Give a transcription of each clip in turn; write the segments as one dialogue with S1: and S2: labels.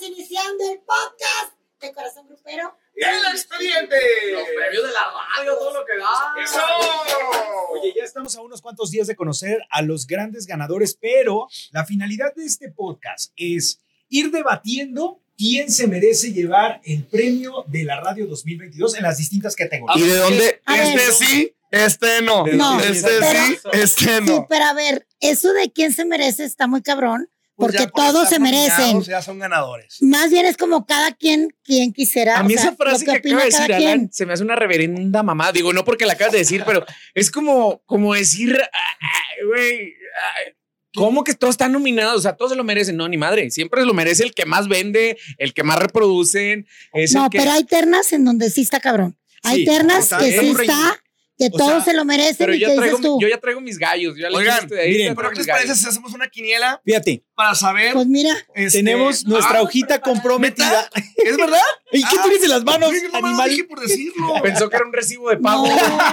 S1: escuchando el podcast de Corazón Grupero.
S2: ¡El expediente!
S3: Los premios de la radio, todo lo que da.
S2: ¡Eso!
S4: Oye, ya estamos a unos cuantos días de conocer a los grandes ganadores, pero la finalidad de este podcast es ir debatiendo quién se merece llevar el premio de la radio 2022 en las distintas
S5: ¿Y
S4: categorías.
S5: de dónde?
S1: A ver.
S5: Este sí, este no.
S1: No,
S5: Este
S1: pero-
S5: sí, este
S1: Sí,
S5: no.
S1: pero a ver, eso de quién se merece está muy cabrón,
S5: Pues
S1: porque
S5: ya por
S1: todos
S5: estar
S1: se merecen.
S5: nominados Ya son ganadores.
S1: Más bien es como cada quien quien quisiera.
S3: A mí
S1: o sea,
S3: esa frase
S1: lo
S3: que, acaba
S1: opina
S3: de
S1: cada
S3: decir
S1: quien.
S3: Alan se me hace una reverenda mamá. Digo, no porque la acabas de decir, pero es como, como decir, ay, güey, ay, ¿cómo que todos están nominados? O sea, todos se lo merecen. No, ni madre. Siempre lo merece el que más vende, el que más reproducen. Es
S1: No,
S3: el que,
S1: pero este hay ternas en donde sí está cabrón. Hay
S3: Sí,
S1: ternas
S5: está
S1: que
S5: bien,
S1: sí
S5: hombre.
S1: está, que
S5: O
S1: todos
S5: sea,
S1: se lo merecen
S3: pero
S1: y
S3: yo,
S1: que
S3: ya
S1: dices tú.
S3: traigo, yo ya traigo mis gallos. Yo ya les
S5: Oigan,
S3: dije de ahí,
S4: miren,
S3: ya
S5: ¿Pero
S3: traigo
S5: qué
S3: mis
S5: les
S3: gallos.
S5: parece si hacemos una quiniela
S4: Fíjate,
S5: para saber?
S1: Pues mira,
S5: este,
S4: tenemos nuestra
S5: ah,
S4: hojita comprometida.
S5: ¿Es verdad?
S4: ¿Y qué
S5: Ah,
S4: tienes en las manos,
S5: Oye, no me lo
S4: animal?
S5: dije por decirlo.
S3: Pensó que era un recibo de
S1: no,
S3: pago.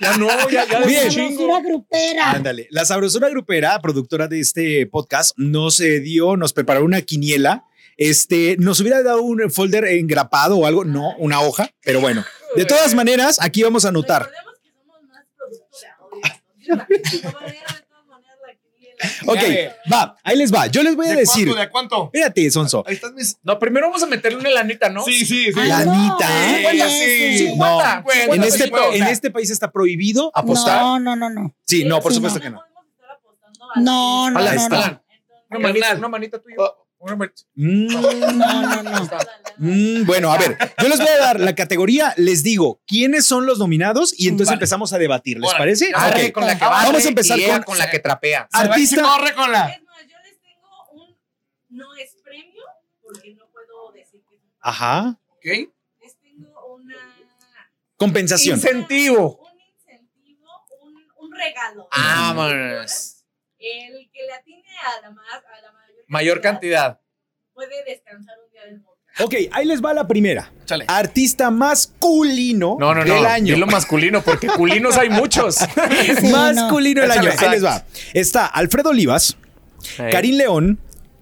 S3: Ya no, ya, ya. de
S4: Bien.
S1: sabrosura grupera.
S4: Ándale, la sabrosura grupera, productora de este podcast, nos eh, dio, nos preparó una quiniela. Este, nos hubiera dado un folder engrapado o algo, no, una hoja, pero bueno. De todas maneras, aquí vamos a anotar.
S6: Recordemos que somos más productos de audio. entonces, no va a haber de todas maneras la quiniela.
S4: Ok, va, ahí les va. Yo les voy a
S5: eh. ¿De
S4: decir.
S5: cuánto? ¿De cuánto?
S4: Espérate, Sonso.
S5: Ahí están mis.
S3: No, primero vamos a meterle una lanita, ¿no?
S5: Sí, sí, sí.
S1: Ay,
S4: La
S1: no,
S4: neta,
S1: no
S5: ¿eh?
S1: puede
S5: Sí,
S1: ser.
S4: no. En
S3: Bueno,
S4: este,
S3: Sonso.
S4: en este país está prohibido apostar.
S1: No, no, no, no.
S4: Sí, no, por
S1: Sí,
S4: supuesto
S1: no.
S4: que no.
S6: podemos estar apostando a
S1: No, no,
S3: Hola,
S1: no,
S3: está.
S1: no.
S3: Una
S6: Una
S3: manita, una manita tuya.
S4: Oh.
S3: Una manita.
S4: Mm,
S1: No, no, no.
S4: mm, bueno, a ver, yo les voy a dar la categoría, les digo quiénes son los nominados y entonces
S5: Vale.
S4: empezamos a debatir, ¿les
S5: Órale.
S4: parece?
S3: Arre,
S4: Ok.
S3: con la que
S4: Ah,
S3: barre
S5: eh,
S4: vamos a empezar
S3: y ella
S4: con-
S3: con la que Ah, trapea.
S5: Se va-
S4: Artista.
S5: se corre con la.
S6: Es más, yo les tengo un no es premio porque no puedo decir que es un premio.
S4: Ajá.
S5: Ok.
S6: Les tengo una
S4: Compensación.
S3: Incentivo.
S6: un incentivo, un, un regalo.
S4: Ah.
S3: Vámonos.
S6: El que le atine a la más a la mayor,
S3: Mayor cantidad.
S6: puede descansar un día del boca.
S4: Ok, ahí les va la primera.
S5: Chale.
S4: Artista masculino
S3: No, no, no.
S4: del año.
S3: Es lo masculino, porque culinos hay muchos.
S1: Sí, no.
S4: masculino del año.
S3: Échale.
S4: Ahí les va. Está Alfredo Olivas, Karim León,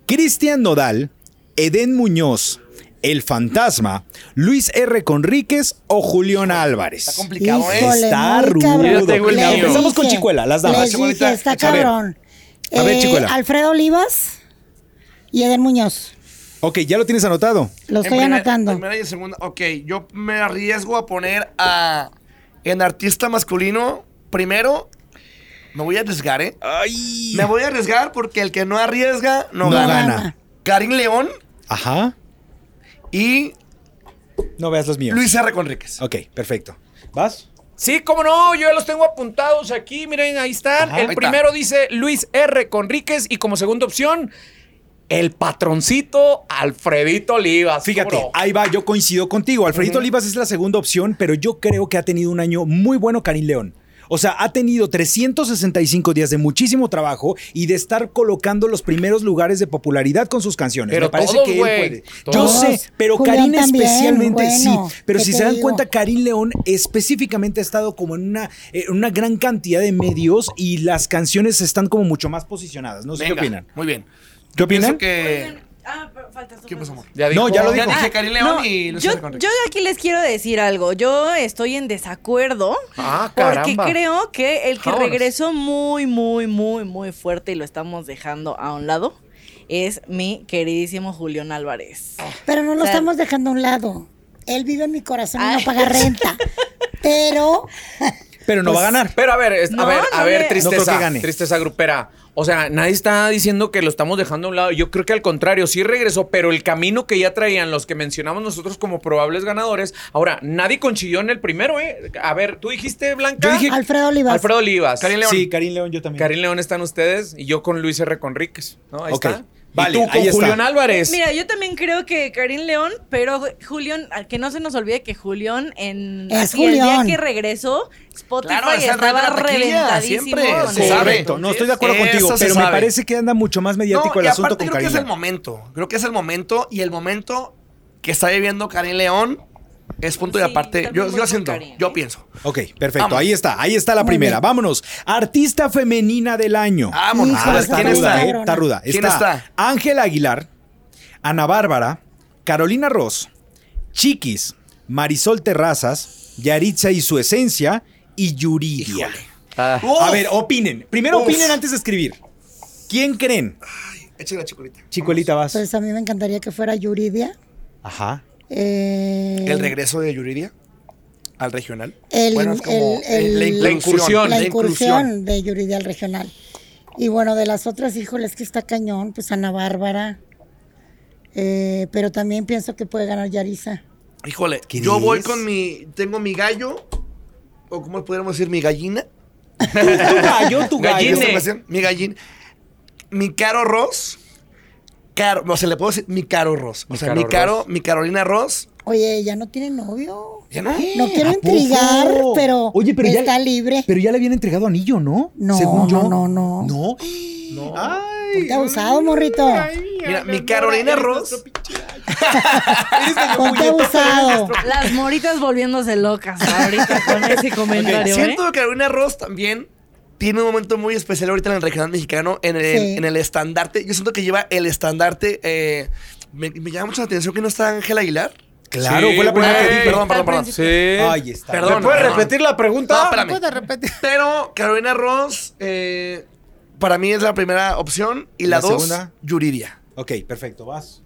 S4: Cristian Nodal, Edén Muñoz, El Fantasma, Luis R. Conríquez o Julián Álvarez.
S5: Está complicado, ¿eh?
S1: Híjole,
S4: Está
S1: muy
S4: rudo.
S1: cabrón.
S3: Yo tengo el
S1: Les
S3: mío.
S4: Empezamos con
S1: dije,
S4: Chicuela, las damas.
S1: les
S5: Chicuelita,
S1: dije, está
S5: a ver.
S1: cabrón.
S4: A ver,
S1: Eh,
S4: Chicuela.
S1: Alfredo Olivas y Eden Muñoz.
S4: Ok, ya lo tienes anotado.
S1: Lo
S5: En
S1: estoy
S5: primer-
S1: anotando.
S5: Primera y en segunda. Ok, yo me arriesgo a poner a. En artista masculino, primero. Me voy a arriesgar, ¿eh?
S4: Ay.
S5: Me voy a arriesgar porque el que no arriesga no,
S4: No
S5: gana.
S4: gana.
S5: Karim León
S4: Ajá.
S5: y
S4: No veas los míos.
S5: Luis R. Conríquez.
S4: Ok, perfecto. ¿Vas?
S3: Sí, cómo no, yo ya los tengo apuntados aquí, miren, ahí están.
S4: Ajá,
S3: el
S5: ahí está.
S3: primero dice Luis R. Conríquez y como segunda opción, el patroncito Alfredito Olivas.
S4: Fíjate,
S3: ¿Cómo no?
S4: ahí va, yo coincido contigo. Alfredito Olivas es la segunda opción, pero yo creo que ha tenido un año muy bueno Karim León. O sea, ha tenido 365 días de muchísimo trabajo y de estar colocando los primeros lugares de popularidad con sus canciones.
S3: Pero
S4: Me parece
S3: todos,
S4: que él
S3: güey,
S4: puede.
S3: todos.
S4: Yo sé, pero
S1: Julián
S4: Karim
S1: también,
S4: especialmente
S1: bueno,
S4: sí. Pero
S1: ¿qué
S4: si
S1: te
S4: se dan
S1: digo?
S4: cuenta, Karim León específicamente ha estado como en una, eh, una gran cantidad de medios y las canciones están como mucho más posicionadas. No sé
S5: Venga,
S4: qué opinan.
S5: Muy bien.
S4: ¿Qué
S5: Pienso
S4: opinan?
S5: que.
S6: Oigan, ah, pero falta su
S5: Eh, ¿Qué pasó,
S6: menos.
S5: amor?
S3: Ya
S4: No,
S3: dijo.
S4: ya lo
S5: Ya
S4: dijo.
S5: dije Karim León
S6: No,
S5: y Luis
S6: yo,
S5: R. Conríquez.
S6: yo aquí les quiero decir algo. Yo estoy en desacuerdo.
S3: Ah,
S6: Porque
S3: caramba.
S6: creo que el que
S3: Vámonos.
S6: regresó muy, muy, muy, muy fuerte y lo estamos dejando a un lado es mi queridísimo Julián Álvarez.
S5: Ah,
S1: Pero no lo
S6: Claro.
S1: estamos dejando a un lado. Él vive en mi corazón y
S6: Ay.
S1: no paga renta. Pero
S4: Pero
S3: pues,
S4: no va a ganar.
S3: Pero a ver, es- a
S6: No,
S3: ver, a
S6: no
S3: ver,
S6: le-
S3: tristeza,
S4: No creo que gane.
S3: tristeza grupera. O sea, nadie está diciendo que lo estamos dejando a un lado. Yo creo que al contrario, sí regresó, pero el camino que ya traían los que mencionamos nosotros como probables ganadores. Ahora, nadie consiguió en el primero, ¿eh? A ver, tú dijiste, Blanca.
S4: Yo dije-
S1: Alfredo Olivas.
S3: Alfredo Olivas.
S5: Karim León.
S4: Sí, Karim León, yo también.
S3: Karim León están ustedes y yo con Luis R. Conríquez, ¿no? Ahí
S4: Ok.
S3: está.
S4: Vale,
S3: y tú con
S4: ahí está.
S3: Julián Álvarez.
S6: Mira, yo también creo que Karim León, pero Julián, al que no se nos olvide que Julián en
S1: Es
S6: así, el día
S1: Julián.
S6: que regresó, Spotify
S5: Claro, es el rey de
S6: estaba
S5: la taquilla,
S6: reventadísimo.
S5: siempre,
S6: con
S5: se
S6: él.
S5: sabe.
S4: Correcto, no estoy de acuerdo
S5: Eso
S4: contigo,
S5: se
S4: pero me
S5: sabe.
S4: parece que anda mucho más
S5: No,
S4: mediático
S5: y
S4: el asunto
S5: aparte
S4: con
S5: creo que
S4: Karim.
S5: es el
S4: León.
S5: momento. Creo que es el momento y el momento que está viviendo Karim León es punto y
S6: Sí,
S5: aparte.
S6: también
S5: Yo,
S6: voy
S5: yo
S6: con
S5: siento,
S6: Karim,
S5: yo
S6: ¿eh?
S5: pienso.
S4: Ok, perfecto,
S5: Vamos.
S4: ahí está, ahí está la
S1: Muy
S4: primera.
S1: bien.
S4: Vámonos. Artista femenina del año. Ah,
S5: Vámonos.
S1: Hijo
S5: a
S1: de
S5: ver,
S1: esa
S5: Ah, ¿quién
S1: ruda,
S5: está?
S4: eh, Está ruda.
S5: ¿Quién
S4: Está
S5: está?
S4: Ángela Aguilar, Ana Bárbara, Carolina Ross, Chiquis, Marisol Terrazas, Yaritza y su esencia y Yuridia.
S3: Ah.
S5: Uh,
S4: A ver, opinen. Primero
S5: Uf.
S4: opinen antes de escribir. ¿Quién creen?
S5: Echen la chicolita.
S4: Chicuelita vas.
S1: Pues a mí me encantaría que fuera Yuridia.
S4: Ajá.
S1: eh,
S5: El regreso de Yuridia al regional.
S1: El-
S5: bueno, es como
S1: el- el-
S5: eh, la
S1: La
S5: incursión.
S1: la incursión de Yuridia al regional. Y bueno, de las otras, híjole, es que está cañón, pues Ana Bárbara. Eh, pero también pienso que puede ganar Yarisa.
S5: Híjole,
S4: ¿Qué
S5: yo voy
S4: dices?
S5: con mi. Tengo mi gallo. O como pudiéramos decir, mi gallina.
S4: Tu gallo, tu gallo.
S5: Esta
S3: Gallina.
S5: ocasión, Mi gallín. Mi caro Ross. Caro, o sea, le puedo decir mi caro Ross. O
S3: Mi
S5: sea,
S3: Caro
S5: mi caro,
S3: Ross.
S5: mi Carolina Ross.
S1: Oye, ya no tiene novio.
S5: ¿Ya no?
S1: No quiero
S4: ¿A poco?
S1: intrigar, pero,
S4: Oye, pero ya-
S1: está libre.
S4: Pero ya le habían entregado anillo, ¿no?
S1: No,
S4: Según yo.
S1: no, no, no.
S4: No.
S5: No.
S4: Ay.
S1: Ponte abusado, morrito.
S5: Mira, mi Carolina Ross.
S1: Ponte abusado.
S6: Las moritas volviéndose locas ahorita con ese comentario. ¿eh?
S5: Siento que Carolina Ross también tiene un momento muy especial ahorita en el regional mexicano, en el,
S1: Sí.
S5: en el estandarte. Yo siento que lleva el estandarte. eh, me, me llama mucho la atención que no está Ángela Aguilar.
S4: Claro,
S3: Sí,
S4: fue la primera
S5: Bueno,
S3: güey.
S4: que
S5: perdón,
S4: vi,
S5: perdón, perdón, perdón.
S3: Sí.
S4: Ahí está.
S5: Perdón,
S4: ¿Me puedes
S5: perdón.
S4: repetir la
S5: No,
S4: pregunta?
S5: espérame. Pero Carolina Ross, eh, para mí es la primera opción. Y la,
S4: ¿La
S5: dos,
S4: segunda?
S5: Yuridia.
S4: Ok, perfecto, vas.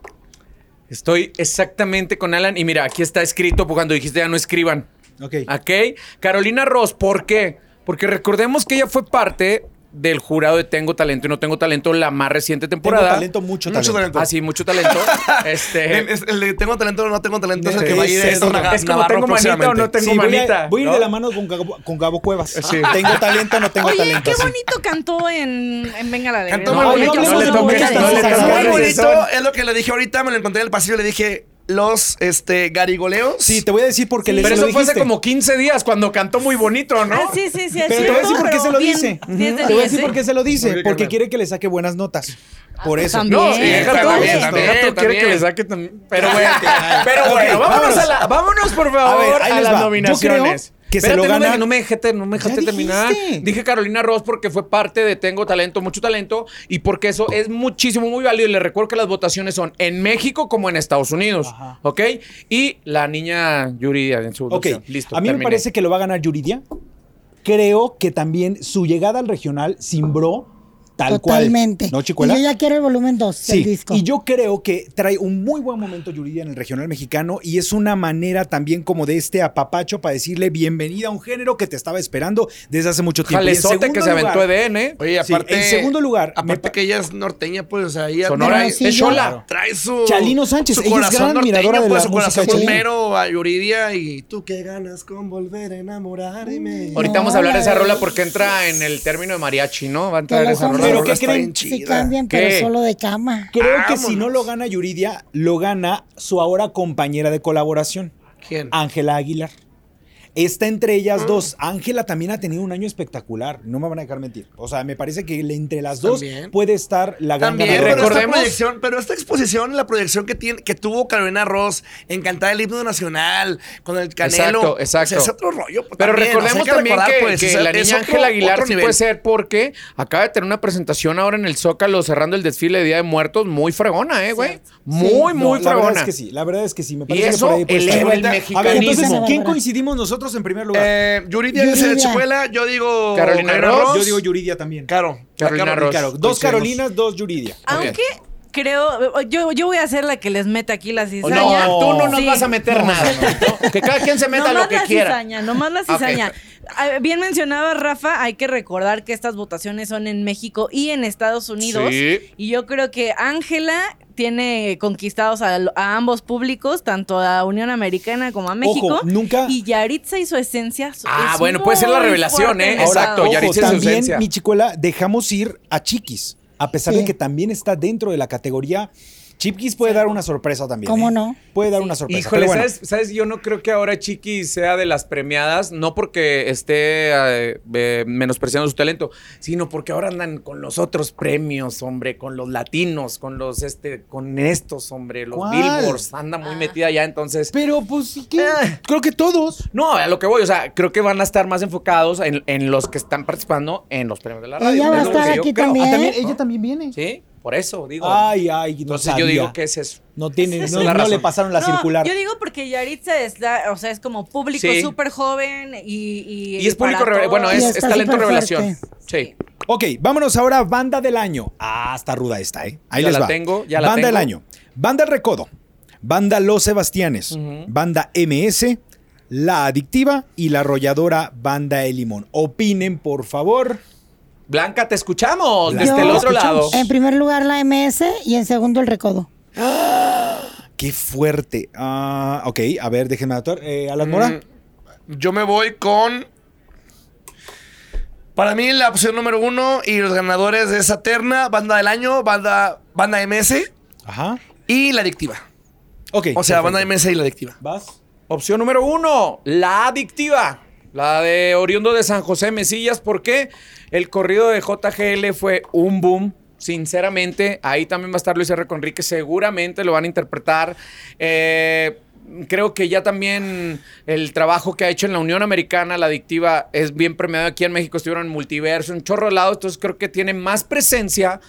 S3: Estoy exactamente con Alan. Y mira, aquí está escrito pues, cuando dijiste ya no escriban.
S4: Ok.
S3: ¿Ok? Carolina Ross, ¿por qué? Porque recordemos que ella fue parte del jurado de Tengo Talento y No Tengo Talento la más reciente
S4: Tengo
S3: temporada.
S4: talento, mucho talento.
S5: Mucho talento.
S3: Ah, sí, mucho talento. este,
S5: El, es- el de tengo talento o no tengo talento es el que
S4: Sí,
S5: va a ir
S4: es
S5: a
S4: eso,
S5: Navarro
S3: es como
S5: Navarro
S3: tengo manita o no
S5: próximamente.
S3: tengo
S4: Sí, voy a-
S3: manita.
S4: Voy a ir
S3: ¿no? Eh,
S4: de la mano con Gabo, con Gabo Cuevas.
S3: Sí.
S4: Tengo talento, no tengo
S6: Oye,
S4: talento.
S6: qué
S4: así.
S6: bonito cantó en, en Venga la Alegría.
S5: Cantó
S6: No, hay
S5: muy
S6: que
S5: bonito.
S6: hablar
S5: No le
S6: de
S5: toques,
S6: Venga la
S4: no le
S6: Alegría.
S4: toques.
S5: Muy
S4: Regresón.
S5: bonito, es lo que le dije ahorita, me lo encontré en el pasillo, le dije los este garigoleos.
S4: Sí, te voy a decir porque les
S3: Pero
S4: lo
S3: eso fue hace
S4: dijiste.
S3: como 15 días cuando cantó muy bonito, ¿no?
S6: Ah, sí, sí, sí.
S4: Pero te voy a decir por qué se lo dice. Te voy a
S1: ¿eh?
S4: decir por qué se lo dice.
S3: Porque
S4: Porque
S3: carnal.
S4: quiere que le saque buenas notas.
S1: Ah,
S4: Por
S1: pues
S4: eso.
S6: también.
S3: No,
S6: Bien,
S3: y deja tú,
S5: también,
S3: deja
S5: también,
S3: tú, quiere
S5: también.
S3: que le saque también. Pero bueno, pero
S4: Ok,
S3: bueno, vámonos
S4: vámonos.
S3: a la, vámonos por favor
S4: ver,
S3: a,
S4: ahí les
S3: las
S4: va. Yo
S3: nominaciones.
S4: creo que se lo
S3: Espérate, no me-
S4: gana-
S3: No me, dejaste, no me
S4: Ya
S3: dejaste terminar.
S4: dijiste.
S3: Dije Carolina Ross porque fue parte de Tengo Talento, Mucho Talento, y porque eso es muchísimo, muy válido. Y les recuerdo que las votaciones son en México como en Estados Unidos,
S4: Ajá.
S3: ¿ok? Y la niña Yuri en su
S4: Ok,
S3: votación. Listo,
S4: a mí me
S3: terminé.
S4: parece que lo va a ganar Yuridia. Creo que también su llegada al regional simbró tal
S1: Totalmente.
S4: cual. ¿No,
S1: Y
S4: Chicuela?
S1: yo ya quiero el volumen 2
S4: Sí,
S1: del disco.
S4: y yo creo que trae un muy buen momento Yuridia en el regional mexicano y es una manera también como de este apapacho para decirle bienvenida a un género que te estaba esperando desde hace mucho tiempo. Y en
S3: Jalezote que
S4: segundo
S3: se aventó
S4: lugar-
S3: EDN, ¿eh?
S5: Oye,
S4: Sí,
S5: aparte.
S4: en segundo lugar, me
S5: aparte
S4: pa-
S5: que ella es norteña, pues, o sea, ella
S3: Sonora
S5: trae,
S3: es es
S1: Hermosillo.
S3: Xola.
S5: trae su.
S4: Chalino Sánchez,
S5: su
S4: ella es
S5: corazón
S4: gran
S5: norteño,
S4: admiradora de
S5: pues,
S4: la
S5: su corazón
S1: música chilena.
S5: bombero a Yuridia y tú qué ganas con volver a enamorarme.
S3: Ahorita
S1: No,
S3: vamos a hablar de
S1: la
S3: esa
S1: de-
S3: rola porque entra en el término de mariachi, ¿no? Va a
S1: Que
S3: entrar
S1: los
S3: esa rola.
S1: hombres
S4: Pero ¿qué
S5: está
S4: creen?
S5: bien
S1: sí
S5: chida.
S1: cambian,
S3: ¿Qué?
S1: pero solo de cama.
S4: Creo que
S5: Vámonos.
S4: si no lo gana Yuridia, lo gana su ahora compañera de colaboración.
S5: ¿Quién?
S4: Ángela Aguilar. Está entre ellas dos. Ángela también ha tenido un año espectacular. No me van a dejar mentir. O sea, me parece que le- entre las dos
S5: También.
S4: puede estar la gran
S5: También,
S4: ganadora.
S5: pero esta,
S3: Recordemos-
S5: proyección, pero esta exposición, la proyección que, tiene, que tuvo Carolina Ross en cantar el himno nacional con el Canelo.
S3: Exacto, exacto.
S5: o sea, es otro rollo. pues, también,
S3: Pero
S5: o sea, hay
S3: recordemos también
S5: recordar,
S3: que,
S5: pues,
S3: que
S5: o sea,
S3: la
S5: es
S3: niña
S5: otro-
S3: Ángela Aguilar
S5: otro
S3: sí
S5: nivel.
S3: puede ser porque acaba de tener una presentación ahora en el Zócalo cerrando el desfile de Día de Muertos muy fregona, ¿eh, güey? Muy,
S4: Sí,
S3: muy
S4: no, La verdad
S3: fregona.
S4: es que sí, la verdad es que sí. Me parece
S3: eso
S4: que por ahí puede
S3: eleva
S4: estar.
S3: el
S4: A ver,
S3: mexicanismo.
S4: entonces, ¿quién
S1: Bárbara.
S4: coincidimos nosotros en primer lugar?
S5: Eh, Yuridia dice
S1: Yuridia.
S5: Chicuela, yo digo
S3: Carolina Ross.
S4: Yo digo Yuridia también.
S5: Caro.
S3: Carolina
S5: Caro,
S3: Ross.
S4: Claro, dos
S5: coincidimos.
S4: Carolinas, dos Yuridia.
S6: Aunque creo, yo, yo voy a ser la que les meta aquí la
S3: Oh,
S6: cizaña.
S3: No, tú no nos
S6: Sí.
S3: vas a meter nada. ¿no? Que cada quien se meta
S6: nomás
S3: lo que
S6: la
S3: quiera.
S6: cizaña, nomás la cizaña. Ah, Bien mencionaba Rafa, hay que recordar que estas votaciones son en México y en Estados Unidos.
S3: Sí.
S6: Y yo creo que Ángela tiene conquistados a, a ambos públicos, tanto a Unión Americana como a México.
S4: nunca-
S6: Y Yaritza y su esencia. es
S3: Ah, bueno, puede ser la
S6: muy
S3: revelación,
S6: fuerte
S3: ¿eh?
S6: en
S3: Ahora,
S6: Estados
S3: ojo,
S6: Unidos.
S3: Yaritza y su
S4: también,
S3: esencia.
S4: mi chicuela, dejamos ir a Chiquis, a pesar
S1: Sí.
S4: de que también está dentro de la categoría. Chiquis puede dar una sorpresa también.
S1: ¿Cómo
S4: ¿eh?
S1: no?
S4: Puede dar una sorpresa.
S3: Híjole,
S4: pero bueno.
S3: ¿sabes, sabes? Yo no creo que ahora Chiqui sea de las premiadas, no porque esté eh, eh, menospreciando su talento, sino porque ahora andan con los otros premios, hombre, con los latinos, con los este, con estos, hombre, los
S4: ¿Cuál?
S3: billboards, anda muy metida ya, entonces.
S4: Pero pues sí que
S3: Eh.
S4: creo que todos.
S3: No, a lo que voy, o sea, creo que van a estar más enfocados en, en los que están participando en los premios de la radio.
S1: Ella va a
S3: Es lo que
S1: estar
S3: yo
S1: aquí
S3: creo.
S1: también.
S4: ella también viene.
S3: Sí, Por eso, digo.
S4: Ay, ay, no
S3: Entonces
S4: sabía.
S3: yo digo que es eso.
S4: No, tiene,
S3: Esa es
S4: no,
S3: la
S4: no
S3: razón.
S4: le pasaron la
S6: No,
S4: circular.
S6: Yo digo porque Yaritza es, la- o sea, es como público
S3: Sí.
S6: súper joven y. Y,
S3: Y es
S6: para
S3: público, reve-
S6: todos.
S3: bueno,
S1: Y
S3: es,
S1: está
S3: es talento
S1: súper
S3: revelación.
S1: fuerte.
S3: Sí.
S4: Ok, vámonos ahora a banda del año. Ah, está ruda esta, ¿eh? Ahí
S3: Ya
S4: les
S3: la
S4: va.
S3: tengo, ya la
S4: Banda del
S3: tengo.
S4: año. Banda El Recodo. Banda Los Sebastianes. Banda MS. La Adictiva y la arrolladora Banda El Limón. Opinen, por favor.
S3: Blanca, te escuchamos
S4: Blanca,
S3: desde el
S1: Yo,
S3: otro lado.
S1: En primer lugar la MS y en segundo el recodo.
S4: Qué fuerte. Ah, ok, a ver, déjenme anotar. Eh, Alan Mora.
S3: Mm.
S5: Mm, Yo me voy con. Para mí, la opción número uno y los ganadores de esa terna, banda del año, banda, banda MS
S4: Ajá.
S5: y la adictiva.
S4: Ok.
S5: O sea,
S4: perfecto.
S5: banda MS y la adictiva.
S4: ¿Vas?
S3: Opción número uno, la adictiva. La de oriundo de San José Mesillas, porque el corrido de JGL fue un boom. Sinceramente, ahí también va a estar Luis R. Conrique. Seguramente lo van a interpretar. Eh, creo que ya también el trabajo que ha hecho en la Unión Americana, la adictiva, es bien premiado aquí en México. Estuvieron en multiverso, en chorro de lados. Entonces creo que tiene más presencia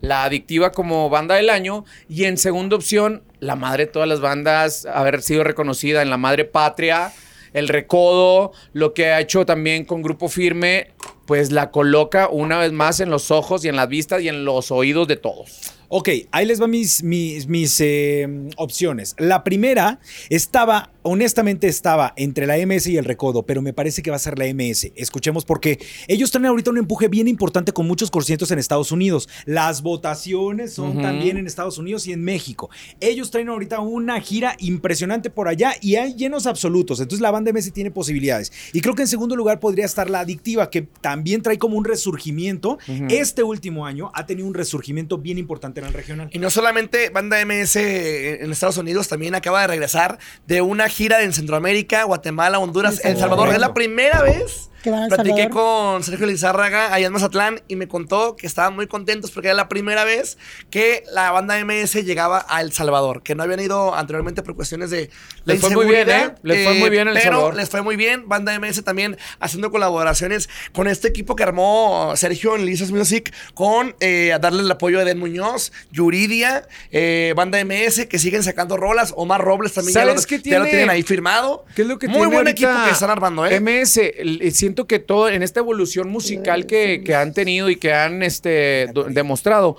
S3: la adictiva como banda del año y en segunda opción la madre de todas las bandas haber sido reconocida en la madre patria el recodo lo que ha hecho también con grupo firme pues la coloca una vez más en los ojos y en las vistas y en los oídos de todos
S4: Ok, ahí les van mis, mis, mis, eh, opciones. La primera estaba, honestamente estaba entre la MS y el Recodo, pero me parece que va a ser la MS. Escuchemos porque ellos traen ahorita un empuje bien importante con muchos conciertos en Estados Unidos. Las votaciones son
S3: Ujú.
S4: también en Estados Unidos y en México. Ellos traen ahorita una gira impresionante por allá y hay llenos absolutos. Entonces la banda MS tiene posibilidades. Y creo que en segundo lugar podría estar la adictiva, que también trae como un resurgimiento. Este último año ha tenido un resurgimiento bien importante en el regional.
S5: Y no solamente banda MS en Estados Unidos, también acaba de regresar de una gira en Centroamérica, Guatemala, Honduras,
S1: El
S5: El Salvador. Es
S4: Salvador.
S5: la primera vez
S1: Que van al
S5: Platiqué
S1: Ah, Salvador.
S5: con Sergio Lizárraga allá en Mazatlán y me contó que estaban muy contentos porque era la primera vez que la banda MS llegaba a El Salvador, que no habían ido anteriormente por cuestiones de la
S3: Les fue muy bien,
S5: inseguridad,
S3: ¿eh? Les fue muy bien El
S5: pero
S3: Salvador.
S5: les fue muy bien. Banda MS también haciendo colaboraciones con este equipo que armó Sergio en Lizas Music con eh, a darle el apoyo de Eden Muñoz, Yuridia, eh, Banda MS que siguen sacando rolas, Omar Robles también ya,
S3: ¿Sabes
S5: lo,
S3: qué
S5: ya lo
S3: tiene?
S5: tienen ahí firmado.
S3: ¿Qué es lo que
S5: muy
S3: tiene
S5: buen
S3: ahorita
S5: equipo que están armando, ¿eh?
S3: MS, el- siento que todo en esta evolución musical que, que han tenido y que han este, do- demostrado,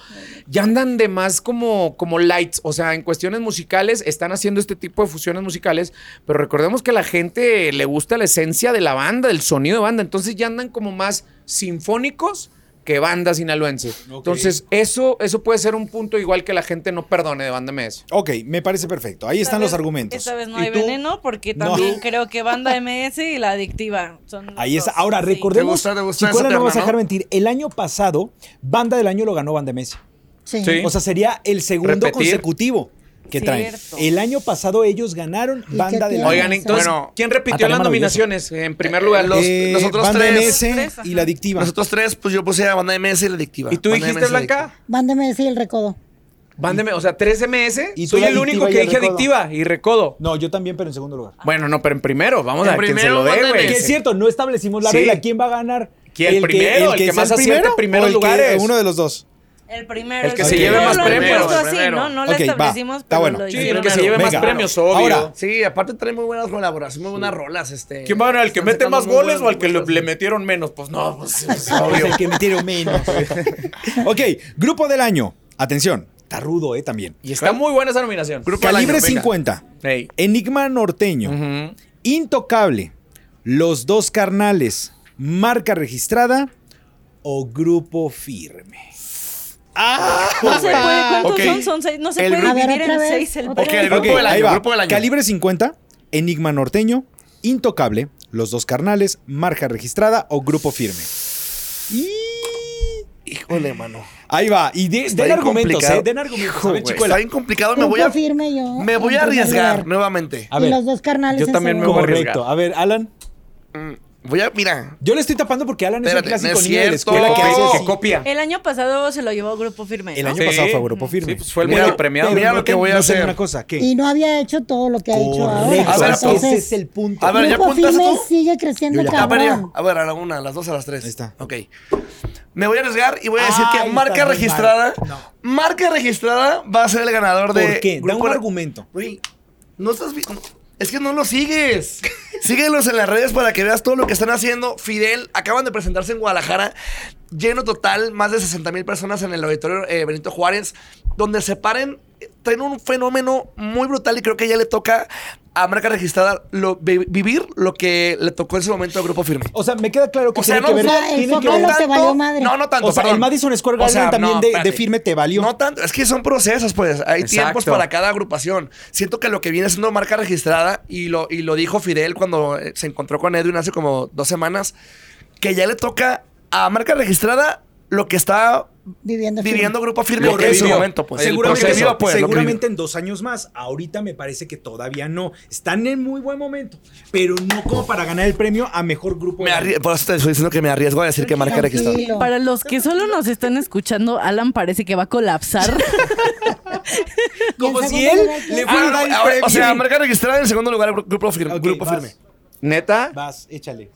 S3: ya andan de más como, como lights. O sea, en cuestiones musicales están haciendo este tipo de fusiones musicales, pero recordemos que a la gente le gusta la esencia de la banda, del sonido de banda. Entonces ya andan como más sinfónicos que bandas sinaloenses. Entonces, eso, eso puede ser un punto igual que la gente no perdone de banda MS.
S4: Ok, me parece perfecto. Ahí están
S6: Esta
S4: los
S6: vez-
S4: argumentos.
S6: Esta vez no
S4: ¿Y
S6: hay
S4: tú?
S6: veneno porque
S4: No.
S6: también creo que banda MS y la adictiva son. los
S4: Ahí está.
S6: dos,
S4: Ahora,
S6: sí.
S4: recordemos,
S5: Te gusta, te gusta
S4: Chicuela,
S5: esa
S4: no
S5: terna,
S4: vas a dejar
S5: ¿no?
S4: mentir, el año pasado, Banda del Año lo ganó Banda Messi.
S1: Sí.
S3: Sí.
S4: O sea, sería el segundo
S3: Repetir.
S4: consecutivo que traen.
S6: Cierto.
S4: El año pasado ellos ganaron
S1: ¿Y
S4: Banda
S1: qué
S4: del
S1: tiene?
S4: Año.
S3: Oigan, entonces,
S5: Bueno,
S3: ¿quién
S4: Atalia
S3: repitió las
S4: maravillosa.
S3: nominaciones en primer lugar?
S5: los-
S4: Eh,
S5: nosotros
S4: Banda
S5: tres-
S4: MS
S6: Tres, ajá.
S4: y la adictiva.
S5: Nosotros tres, pues yo puse a Banda MS y la adictiva.
S3: ¿Y tú
S5: Banda
S3: dijiste,
S5: MS y la
S3: Blanca?
S1: Banda MS y el recodo.
S3: Mándeme, o sea, 3 MS.
S4: Y tú
S3: soy
S4: la
S3: el único
S4: adictiva y
S3: que
S4: el
S3: dije
S4: recodo.
S3: adictiva y recodo.
S4: No, yo también, pero en segundo lugar.
S3: Bueno, no, pero en primero, vamos
S5: En
S3: a ver quién se
S5: primero,
S3: lo dé,
S5: mándame.
S3: güey.
S4: Que es cierto, no establecimos la
S3: Sí.
S4: regla. ¿Quién va a ganar?
S3: ¿Quién? Primero, el que
S4: sea
S3: más acierte
S4: primero
S3: primeros
S4: o el que-
S3: lugares.
S4: uno de los dos.
S6: El primero.
S3: El que
S4: se lleve
S6: no
S4: más
S6: lo han
S4: premios.
S6: puesto así,
S5: Primero.
S6: ¿no? No lo
S4: Ok, va.
S6: establecimos,
S4: Está
S6: pero
S4: bueno.
S6: lo
S4: Sí,
S3: Sí,
S6: hicieron
S3: el que se
S6: así.
S3: lleve más
S4: Venga.
S3: premios, obvio.
S4: Ahora.
S5: Sí, aparte trae muy buenas colaboraciones, muy buenas rolas. Este,
S3: ¿Quién va a ganar? ¿El que
S5: Están
S3: mete
S5: sacando
S3: más
S5: muy
S3: goles
S5: buenas-
S3: o al que le,
S5: muchas-
S3: le metieron menos? Pues no, pues es
S4: Pues
S3: obvio.
S4: el que metieron menos. ok, grupo del año. Atención, está rudo, ¿eh? También.
S3: Y está muy buena esa nominación.
S5: Grupo del año,
S4: Calibre
S5: venga.
S4: 50,
S3: Ey.
S4: Enigma Norteño,
S3: Ujú.
S4: Intocable, Los Dos Carnales, Marca Registrada o Grupo Firme.
S6: No se puede, ¿cuántos
S5: Ok.
S6: son? Son seis, no se
S5: El
S6: puede
S1: grupo-
S6: dividir
S1: A ver,
S6: en
S1: otra
S6: seis
S1: vez,
S6: el
S1: otra
S5: Ok,
S6: premio.
S5: el grupo del
S4: ahí
S5: año,
S4: va.
S5: grupo del año.
S4: Calibre 50, Enigma Norteño, Intocable, Los Dos Carnales, Marca Registrada o Grupo Firme. Y...
S5: Híjole, mano.
S4: Ahí va. Y de-
S5: Está
S4: den
S5: bien
S4: argumentos,
S5: complicado.
S4: ¿eh? Den argumentos. A
S5: Hijo,
S4: ver,
S5: güey,
S4: Chicuela.
S5: Está bien complicado. Me
S1: Grupo
S5: voy a,
S1: firme yo.
S5: me
S1: en
S5: voy a
S1: primer
S5: arriesgar
S1: lugar.
S5: nuevamente.
S4: A
S1: Y
S4: ver,
S1: los dos carnales.
S3: Yo
S1: en
S3: también me
S1: segundo.
S3: voy a arriesgar.
S4: correcto. A ver, Alan.
S5: Mm, Voy a, mira.
S4: Yo le estoy tapando porque Alan es el
S5: Espérate,
S4: clásico
S5: no es
S4: niño de la
S5: cierto.
S4: escuela que hace
S5: Oh.
S4: así.
S3: que copia.
S6: El año pasado se lo llevó Grupo Firme.
S4: El
S6: ¿no?
S4: año
S3: Sí.
S4: pasado fue a grupo firme.
S3: Sí, pues fue el
S5: Mira,
S3: multipremiado.
S5: mira
S4: no
S5: lo que
S4: te-
S5: voy a
S4: no sé
S5: hacer.
S4: una cosa, ¿qué?
S1: Y no había hecho todo lo que ha hecho
S4: Correcto.
S1: ahora. pues,
S5: A ver,
S1: Entonces,
S4: ese es el punto.
S5: A ver, ya
S1: Grupo
S5: apuntaste
S1: Firme
S5: tú.
S1: sigue creciendo
S4: Yo ya-
S5: A ver, Ah, ya.
S1: cabrón.
S5: a ver, a la una, a las dos, a las tres.
S4: Ahí está.
S5: Ok. Me voy a arriesgar y voy a decir
S4: Ay,
S5: que marca
S4: también,
S5: registrada.
S4: vale. No.
S5: Marca registrada va a ser el ganador de.
S4: ¿Por qué? Da
S5: Grupo
S4: un
S5: La-
S4: argumento.
S5: Güey, no estás vi- no- Es que no lo sigues. Síguelos en las redes para que veas todo lo que están haciendo. Fidel, acaban de presentarse en Guadalajara, lleno total, más de 60 mil personas en el auditorio eh, Benito Juárez, donde se paren, eh, traen un fenómeno muy brutal y creo que ya le toca a marca registrada lo- vi- vivir lo que le tocó en su momento al grupo firme.
S4: O sea, me queda claro que
S5: O sea,
S4: tiene
S5: no,
S4: que ver...
S5: o sea,
S1: el
S4: tiene que
S1: foco
S4: ver-
S1: no te valió madre.
S5: No, no tanto.
S4: o sea,
S5: perdón.
S4: el Madison Square
S5: O
S4: Garden
S5: sea,
S4: también
S5: no,
S4: de- de,
S5: espérate.
S4: firme te valió.
S5: No tanto, es que son procesos, pues. Hay
S3: Exacto.
S5: tiempos para cada agrupación. Siento que lo que viene siendo marca registrada, y lo, y lo dijo Fidel cuando eh, se encontró con Edwin hace como dos semanas, que ya le toca a marca registrada lo que está
S1: Viviendo Firme.
S5: viviendo Grupo Firme
S3: Lo que
S5: en su
S3: vivió.
S5: momento, pues.
S3: El
S4: Seguramente,
S3: proceso,
S5: vivió, pues, lo que
S4: seguramente en dos años más. Ahorita me parece que todavía no. Están en muy buen momento, pero no como para ganar el premio a mejor grupo.
S5: Me arrie- por eso te estoy diciendo que me arriesgo a decir que marca
S1: Tranquilo.
S5: registrada.
S6: Para los que solo nos están escuchando, Alan parece que va a colapsar.
S4: como
S1: Y en
S4: si él
S1: segundo lugar, ¿qué?
S4: le
S5: Ah,
S4: fuera a dar el
S5: ahora,
S4: premio.
S5: o sea, marca registrada en segundo lugar, Gru- Grupo Firme.
S4: Ok,
S5: grupo
S4: vas,
S5: firme.
S3: Neta,
S4: Vas, échale.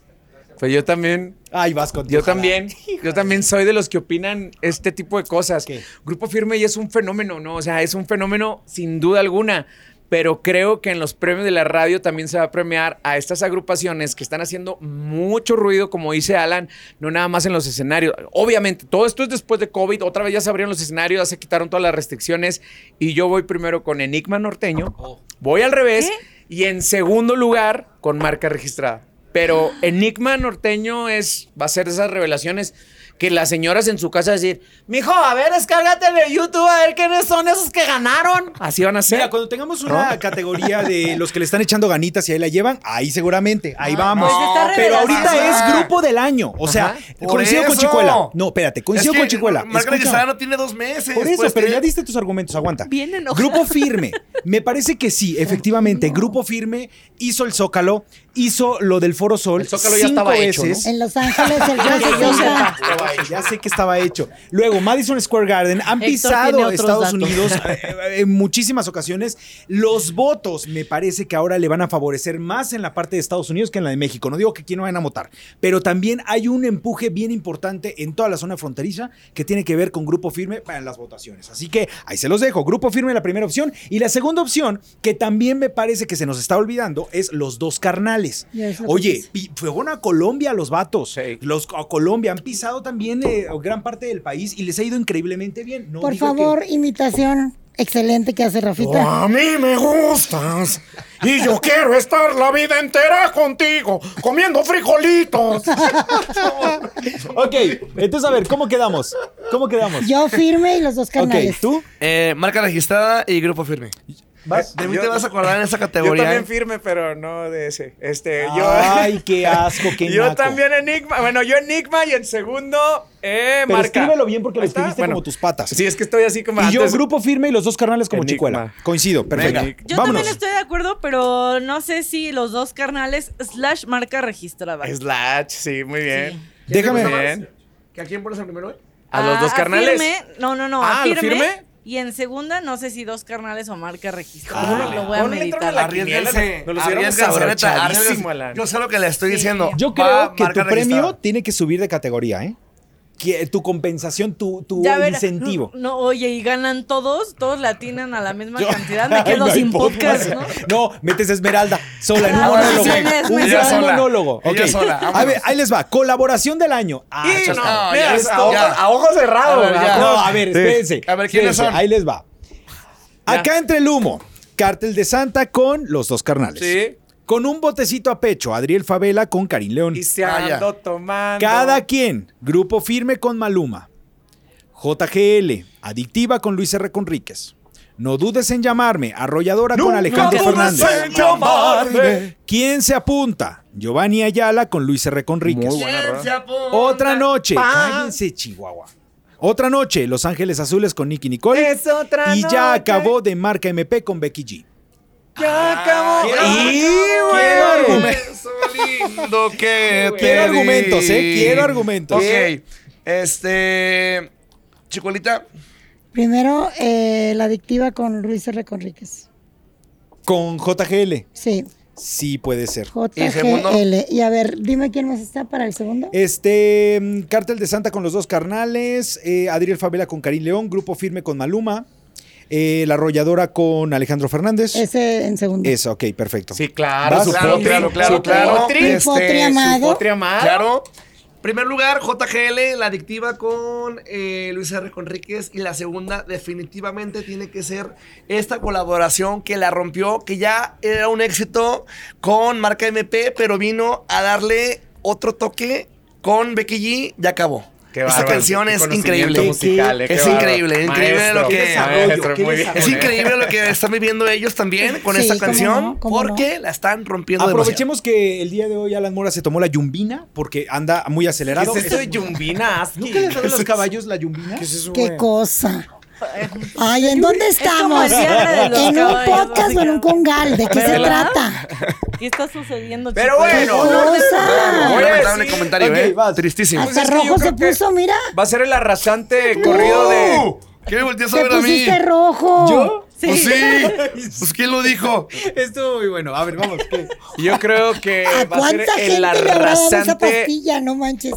S3: pues yo también.
S4: Ay, vas con tu
S3: Yo
S4: jalada.
S3: también, yo también soy de los que opinan este tipo de cosas.
S4: ¿Qué?
S3: Grupo Firme y es un fenómeno, ¿no? O sea, es un fenómeno sin duda alguna. Pero creo que en los premios de la radio también se va a premiar a estas agrupaciones que están haciendo mucho ruido, como dice Alan, no nada más en los escenarios. Obviamente, todo esto es después de COVID. Otra vez ya se abrieron los escenarios, ya se quitaron todas las restricciones. Y yo voy primero con Enigma Norteño. Voy al revés. Y en segundo lugar, con marca registrada. Pero Enigma Norteño es, va a ser de esas revelaciones que las señoras en su casa decir, mijo, a ver, descárgate de YouTube a ver quiénes son esos que ganaron. Así van a ser.
S4: Mira, cuando tengamos una categoría de los que le están echando ganitas y ahí la llevan, ahí seguramente,
S5: Ah,
S4: ahí vamos.
S6: pues está
S4: Pero ahorita
S5: revelación.
S4: es grupo del año. O sea,
S5: Por
S4: coincido con
S5: eso.
S4: Chicuela. No, espérate, coincido
S5: Es que
S4: con Chicuela.
S5: Marca
S4: Escucha.
S5: registrada no tiene dos meses.
S4: Por eso,
S5: pues,
S4: pero
S5: tiene-
S4: ya diste tus argumentos, aguanta.
S6: Bien enojada.
S4: Grupo Firme. Me parece que sí, efectivamente. Grupo Firme hizo el Zócalo, hizo lo del Foro Sol.
S3: El Zócalo ya
S4: cinco
S3: estaba hecho,
S4: veces.
S1: En Los Ángeles, el
S4: Ya, sé, yo sé.
S1: 360.
S4: Ya sé que estaba hecho. Luego, Madison Square Garden.
S6: Héctor
S4: Han
S6: tiene
S4: pisado
S6: otros
S4: Estados
S6: datos.
S4: Unidos eh, en muchísimas ocasiones. Los votos me parece que ahora le van a favorecer más en la parte de Estados Unidos que en la de México. No digo que aquí no vayan a votar, pero también hay un empuje bien importante en toda la zona fronteriza que tiene que ver con Grupo Firme para las votaciones. Así que ahí se los dejo. Grupo Firme la primera opción. Y la segunda opción, que también me parece que se nos está olvidando, es los dos carnales.
S1: Ya es lo que
S4: Oye,
S1: pasa.
S4: pi- fueron a Colombia los vatos.
S3: Sí.
S4: Los a Colombia han pisado también eh, gran parte del país y les ha ido increíblemente bien. No
S1: Por
S4: digo
S1: favor,
S4: que-
S1: imitación excelente que hace Rafita.
S7: A mí me gustas y yo quiero estar la vida entera contigo, comiendo frijolitos.
S4: Ok, entonces a ver, ¿cómo quedamos? ¿Cómo quedamos?
S1: Yo firme y los dos
S4: ok,
S1: canales.
S4: tú
S5: Eh, marca registrada y grupo firme.
S4: vas.
S5: De mí
S3: Yo-
S5: te vas a acordar en esa
S3: Yo
S5: categoría.
S4: ¿eh?
S3: también firme, pero no de ese.
S5: eh,
S3: Este, yo.
S4: Ay, qué asco, qué
S3: yo
S4: naco.
S3: también Enigma. Bueno, yo Enigma y en segundo, eh,
S4: Pero
S3: marca.
S4: escríbelo bien porque lo
S3: Ahí está.
S4: escribiste
S3: Bueno,
S4: como tus patas.
S3: Sí, es que estoy así como.
S4: y yo,
S3: antes.
S4: grupo firme y los dos carnales como
S3: Enigma.
S4: chicuela. Coincido, perfecto.
S5: Venga.
S6: Yo
S4: Vámonos.
S6: también estoy de acuerdo, pero no sé si los dos carnales slash marca registrada.
S3: Slash, sí, muy bien.
S4: Déjame.
S3: Muy bien.
S5: ¿Que ¿A quién pones en primero? güey?
S3: Ah, A los dos carnales.
S6: Firme, no, no, no.
S3: Ah,
S6: a
S3: ¿lo
S6: firme,
S3: firme?
S6: Y en segunda, no sé si dos carnales o marca
S5: ¿Cómo
S6: registrada.
S5: no le-
S6: lo voy a
S3: cómo no le entraron
S6: meditar.
S3: La
S5: Arriésguense.
S3: quiniela, nos lo hicieron
S5: Arriésguense, la neta,
S3: desabrochadísimo,
S5: arriésguense.
S3: Alan.
S5: Yo sé lo que le estoy
S6: Sí.
S5: diciendo.
S4: Yo creo
S5: Va
S4: que tu
S5: marca
S4: premio
S5: registrada.
S4: tiene que subir de categoría, ¿eh? Que tu compensación, tu, tu
S6: Ya verás.
S4: incentivo.
S6: No, no, oye, y ganan todos, todos latinan a la misma
S4: Yo-
S6: cantidad. Me
S4: Ay,
S6: quedo
S4: no hay
S6: sin podcast, ¿no?
S4: podcast. No, metes a Esmeralda sola en un
S6: Ah,
S4: monólogo.
S6: sí, tienes,
S4: un
S6: ella
S4: gran
S5: sola.
S4: monólogo.
S5: Ella
S4: Ok.
S5: sola, vámonos.
S4: A ver, ahí les va. Colaboración del año. Ah,
S3: Y
S4: chas-
S3: no,
S5: no,
S3: mira,
S5: ya
S3: es
S5: está,
S3: a, ojo,
S5: ya.
S3: a ojo cerrado.
S5: A ver, ya.
S3: ¿verdad?
S4: no, a ver,
S3: Sí.
S4: espérense.
S5: A ver, ¿quiénes
S4: espérense,
S5: son?
S4: Ahí les va. Acá entre el humo, Cártel de Santa con los dos carnales.
S3: Sí.
S4: Con un botecito a pecho, Adriel Favela con Karim León.
S3: Y se
S5: Ah, ya.
S3: andó tomando.
S4: Cada quien, Grupo Firme con Maluma, JGL, Adictiva con Luis R. Conríquez. No dudes en llamarme, Arrolladora con Alejandro
S5: dudes
S4: Fernández.
S5: en llamarme.
S4: ¿Quién se apunta? Giovanni Ayala con Luis R. Conríquez.
S5: ¿Quién se apunta?
S4: Otra noche. Cállense, Chihuahua. Otra noche, Los Ángeles Azules con Nicky Nicole.
S3: Es otra
S4: y ya
S3: noche.
S4: acabó de marca MP con Becky G.
S3: Ya acabó.
S5: Quiero-
S3: Y,
S5: Quiero
S3: güey.
S5: ver solito. lindo que te
S4: Quiero
S5: di.
S4: argumentos, ¿eh? Quiero argumentos.
S5: Ok. Este. Chicolita.
S1: Primero, eh, la adictiva con Luis R. Conríquez.
S4: Con JGL.
S1: Sí,
S4: Sí, puede ser.
S5: ¿Y segundo?
S1: JGL. Y a ver, dime quién más está para el segundo.
S4: Este, mm, Cártel de Santa con los dos carnales, eh, Adriel Favela con Karim León, Grupo Firme con Maluma, eh, La Arrolladora con Alejandro Fernández.
S1: Ese en segundo.
S4: Eso, ok, perfecto.
S3: Sí, claro,
S4: Va,
S3: su
S5: Ah, Claro,
S3: potri,
S5: claro,
S3: su
S5: claro, claro.
S3: potri, este,
S1: Mi potri amado.
S3: su potri amado.
S5: Claro. Primer lugar, JGL, la adictiva con eh, Luis R. Conríquez. Y la segunda, definitivamente, tiene que ser esta colaboración que la rompió, que ya era un éxito con marca MP, pero vino a darle otro toque con Becky G. Ya acabó.
S3: Qué
S5: Esta
S3: bárbaro,
S5: canción
S3: qué
S5: es
S3: conocimiento
S5: increíble.
S3: musical, eh, qué
S5: es
S3: bárbaro.
S5: increíble, increíble
S3: Maestro,
S5: lo que.
S3: maestro, muy bien.
S5: Es increíble lo que están viviendo ellos también con
S1: Sí,
S5: esta
S1: cómo
S5: canción,
S1: no, cómo no.
S5: porque la están rompiendo demasiado.
S4: Aprovechemos que el día de hoy Alan Mora se tomó la yumbina porque anda muy acelerado.
S3: ¿Qué es esto de
S4: Es-
S3: Yumbina Aski?
S4: ¿Nunca les dan a los caballos la yumbina?
S1: Qué cosa. Ay, ¿en dónde
S6: como
S1: estamos?
S6: el cierre de los
S1: ¿En un podcast
S6: caballos,
S1: o en un
S6: básicamente.
S1: congal? ¿De qué se
S6: ¿Verdad?
S1: trata?
S6: ¿Qué está sucediendo?
S3: Pero
S6: chicos?
S3: bueno,
S6: Por favor,
S1: Cosa.
S5: Muy
S4: Pues,
S3: Voy a
S5: lamentable
S3: decir-
S5: comentario,
S4: Ok,
S5: ¿eh?
S4: vas.
S5: Tristísimo.
S1: Hasta
S3: Pues es que yo
S1: rojo se
S3: creo que-
S1: puso, mira.
S3: Va a ser el arrasante corrido de.
S5: ¿Qué me volteas a
S1: Te
S5: ver a mí?
S1: pusiste rojo.
S4: ¿Yo?
S5: Pues sí. Pues quién lo dijo.
S4: Esto, muy bueno. A ver, vamos. ¿qué?
S3: Yo creo que
S1: ¿A
S3: Eh, va a ser
S1: cuánta gente
S3: el
S1: le habrá dado esa
S3: arrasante,
S1: pastilla? No manches.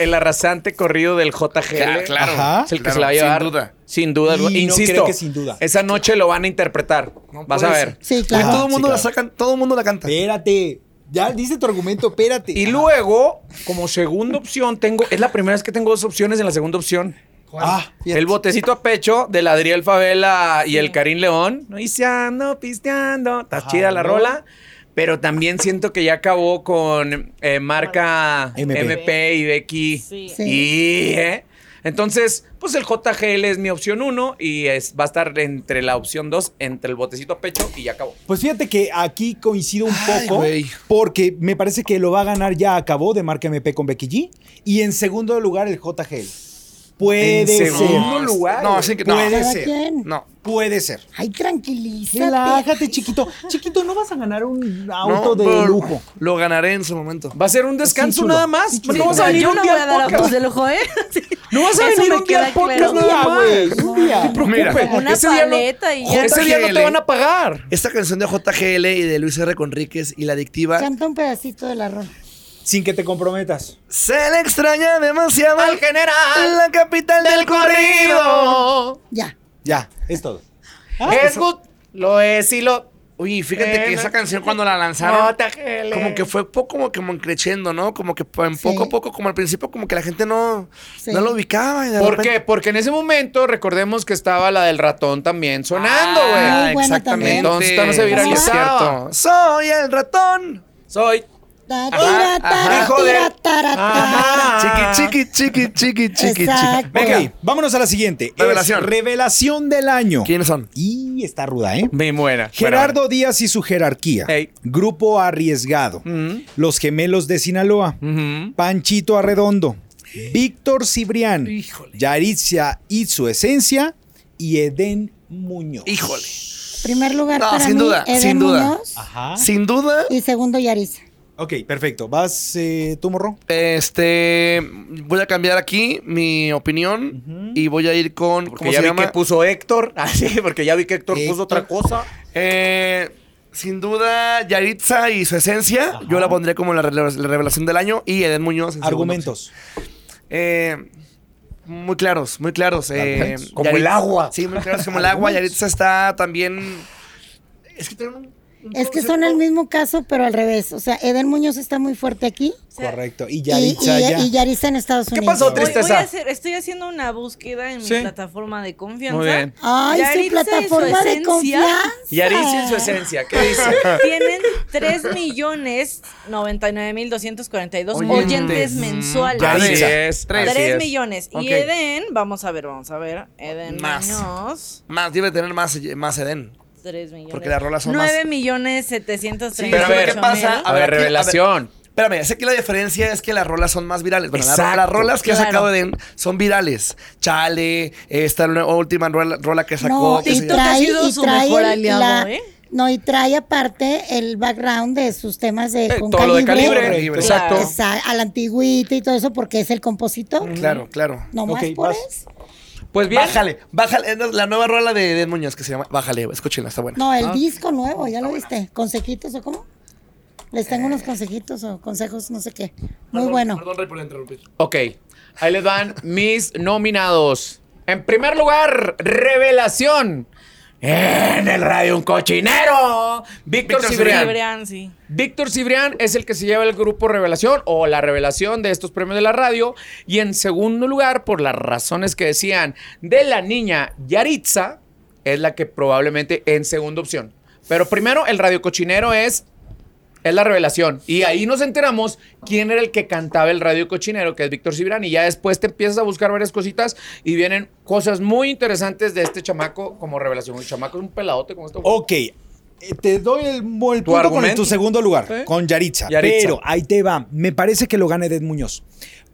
S3: el arrasante corrido del JG.
S5: Claro, claro.
S4: Ajá.
S3: Es el que
S5: Claro,
S3: se la va a llevar.
S5: sin duda.
S3: Sin duda.
S4: Y no
S3: Insisto.
S4: creo que sin duda.
S3: Esa noche lo van a interpretar. Vas a
S5: puede
S3: ver.
S1: Sí,
S5: Y
S1: claro.
S5: todo
S4: sí,
S5: el mundo la
S4: claro.
S5: sacan, todo el mundo la canta.
S4: Espérate. Ya dice tu argumento, espérate.
S3: Y luego, como segunda opción, tengo. Es la primera vez que tengo dos opciones en la segunda opción.
S4: Ah, fíjate.
S3: El botecito a pecho del Adriel Favela y el Karim León. No, Y se ando pisteando. Está
S4: Ajá,
S3: chida la
S4: ¿no?
S3: rola. Pero también siento que ya acabó con eh, marca
S4: MP.
S3: MP. y Becky.
S6: Sí.
S1: Sí.
S3: Y, ¿eh? Entonces, pues el JGL es mi opción uno y es, va a estar entre la opción dos, entre el botecito a pecho y ya acabó.
S4: Pues fíjate que aquí coincido un poco
S5: güey.
S4: porque me parece que lo va a ganar ya acabó de marca MP con Becky G y en segundo lugar el JGL. Puede
S3: En
S4: ser.
S3: segundo lugar.
S5: No, así que no.
S4: Puede
S1: ¿Cada
S4: ser.
S1: quien?
S5: No.
S4: Puede ser.
S1: Ay, tranquilízate.
S4: Relájate, chiquito. Chiquito, no vas a ganar un auto
S5: No,
S4: de
S5: pero
S4: lujo.
S5: Lo ganaré en su momento.
S3: Va a ser un descanso
S4: chulo.
S3: nada más.
S4: chulo.
S3: No vas a venir
S6: Yo
S3: un
S6: no voy
S3: día
S6: a
S3: al
S6: dar
S3: podcast.
S6: autos de lujo, ¿eh? Sí.
S3: No vas a
S6: Eso
S3: venir
S6: me
S3: un día al
S6: queda
S3: podcast
S6: claro.
S3: nada más.
S4: Un día.
S3: Mira,
S6: Una
S3: ese día no-
S6: paleta y ya.
S3: Ese día no
S5: JGL.
S3: te van a pagar.
S5: Esta canción de JGL y de Luis R. Conríquez y la adictiva
S1: Canta un pedacito de la rola.
S4: Sin que te comprometas.
S5: se le extraña demasiado
S3: Al general
S5: la capital del corrido.
S1: Ya.
S4: Ya, es todo.
S3: es good, lo es y lo.
S5: Uy, fíjate que
S3: Ven.
S5: esa canción cuando la lanzaron
S3: JGL.
S5: como que fue poco como que como creciendo, ¿no? Como que po- en
S1: Sí.
S5: poco a poco como al principio como que la gente no
S1: Sí.
S5: no lo ubicaba y de
S3: ¿Por
S5: repente-
S3: qué? Porque en ese momento recordemos que estaba la del ratón también sonando, güey.
S5: Ah,
S1: Muy buena también.
S3: Entonces, todavía no se Ah. viralizaba.
S5: cierto. Soy el ratón.
S3: Soy.
S1: Ta,
S5: Ajá,
S1: tira, tara,
S3: hijo de-
S1: tira, tara, tara.
S3: Ajá.
S5: Chiqui, chiqui, chiqui, chiqui, chiqui, chiqui.
S1: Exacto.
S4: Ok, vámonos a la siguiente. Es
S5: Revelación.
S4: revelación del año.
S5: ¿Quiénes son?
S4: Y está ruda, ¿eh?
S3: Me muera.
S4: Gerardo Díaz y su jerarquía.
S5: Eh.
S3: Ey.
S4: Grupo Arriesgado.
S5: Mm.
S4: Los Gemelos de Sinaloa. Panchito Arredondo. Víctor Cibrián. Yaritza y su esencia. Y Edén Muñoz.
S5: Híjole.
S1: Primer lugar
S5: No,
S1: para
S5: sin
S1: mí,
S5: duda,
S1: Eden
S5: sin duda.
S1: Muñoz.
S3: Ah.
S4: Ajá.
S5: Sin duda,
S1: Y segundo, Yarisa.
S4: Ok, perfecto. ¿Vas eh, tú, morro?
S5: este, voy a cambiar aquí mi opinión y voy a ir con,
S3: Porque
S5: ¿cómo
S3: ya
S5: se
S3: vi
S5: llama?
S3: que puso Héctor. Así, porque ya vi que Héctor, puso otra cosa.
S5: Eh, sin duda, Yaritza y su esencia, yo la pondría como la, rele- la revelación del año y Eden Muñoz. en segunda
S4: Argumentos.
S5: opción. Eh, muy claros, muy claros. eh,
S3: Como el agua.
S5: Sí, muy claros como el agua. Yaritza está también... Es que tiene un- un
S1: Es que son el
S5: concepto-
S1: mismo caso, pero al revés. O sea, Eden Muñoz está muy fuerte aquí.
S4: Correcto. Y
S1: y-
S4: Yaritza
S1: y,
S4: ya.
S1: y Yarisa en Estados Unidos.
S3: pasó,
S6: Voy- voy a
S3: Tristeza.
S6: hacer- estoy haciendo una búsqueda en
S3: Sí.
S6: mi plataforma de confianza.
S3: Muy bien.
S1: Ay,
S6: Yaritza
S1: su
S6: y su
S1: plataforma de
S6: esencia
S1: confianza.
S3: Yaritza en su esencia. ¿Qué dice?
S6: Tienen 3 millones 99 mil 242 oyentes mensuales.
S5: Ya
S3: Así
S5: Yaritza.
S3: es.
S5: Tres.
S3: así
S6: 3
S3: es.
S6: millones.
S5: Ok.
S6: Y Eden, vamos a ver, vamos a ver. Eden
S5: Más.
S6: Muñoz,
S5: Más, debe tener más, más Eden.
S6: 3 millones.
S5: Porque las rolas son
S6: 9
S5: más-
S6: millones
S5: Sí,
S6: 738
S3: pero a ver,
S5: ¿qué pasa?
S3: A ver,
S5: aquí-
S3: revelación.
S5: ver, espérame, sé que la diferencia es que las rolas son más virales. Bueno, la-
S3: Exacto.
S5: las rolas que ha
S6: Claro.
S5: sacado Eden son virales. Chale, esta nueva- última rola, rola que sacó.
S1: No,
S5: que
S1: y
S5: se
S6: TikTok
S5: llama-
S1: trae-
S6: ha sido
S1: y
S6: su
S1: trae
S6: mejor
S1: la-
S6: aliado, ¿eh?
S1: No, y trae aparte el background de sus temas de
S3: Eh,
S1: con
S3: todo lo de calibre.
S5: Calibre.
S3: Exacto.
S6: Claro.
S1: Exa- a la antigüita y todo eso porque es el compositor.
S5: Claro, claro.
S1: No más
S4: Ok,
S1: por
S4: vas.
S1: eso.
S3: Pues bien.
S5: Bájale, bájale. Es la- la nueva rola de Ed Muñoz que se llama Bájale, escúchenla, está buena.
S1: No, el disco nuevo, ya lo viste. ¿Consejitos o cómo? Les tengo unos consejitos o consejos, no sé qué. Muy bueno.
S5: Perdón, Rey, por interrumpir.
S3: Ok, ahí les van mis nominados. En primer lugar, revelación. En el radio un cochinero. Víctor
S5: Víctor
S3: Cibrián.
S6: Brian, sí.
S3: Víctor Cibrián es el que se lleva el grupo Revelación o la revelación de estos premios de la radio. Y en segundo lugar, por las razones que decían de la niña Yaritza, es la que probablemente en segunda opción. Pero primero, el radio cochinero es es la revelación. Y ahí nos enteramos quién era el que cantaba el radio cochinero, que es Víctor Cibrán. Y ya después te empiezas a buscar varias cositas y vienen cosas muy interesantes de este chamaco como revelación. El chamaco es un peladote como este.
S4: Ok. eh, Te doy el, el punto con el-
S3: argumento?
S4: tu segundo lugar,
S3: Sí.
S4: con Yaritza.
S3: Yaritza.
S4: Pero ahí te va. Me parece que lo gana Ed Muñoz.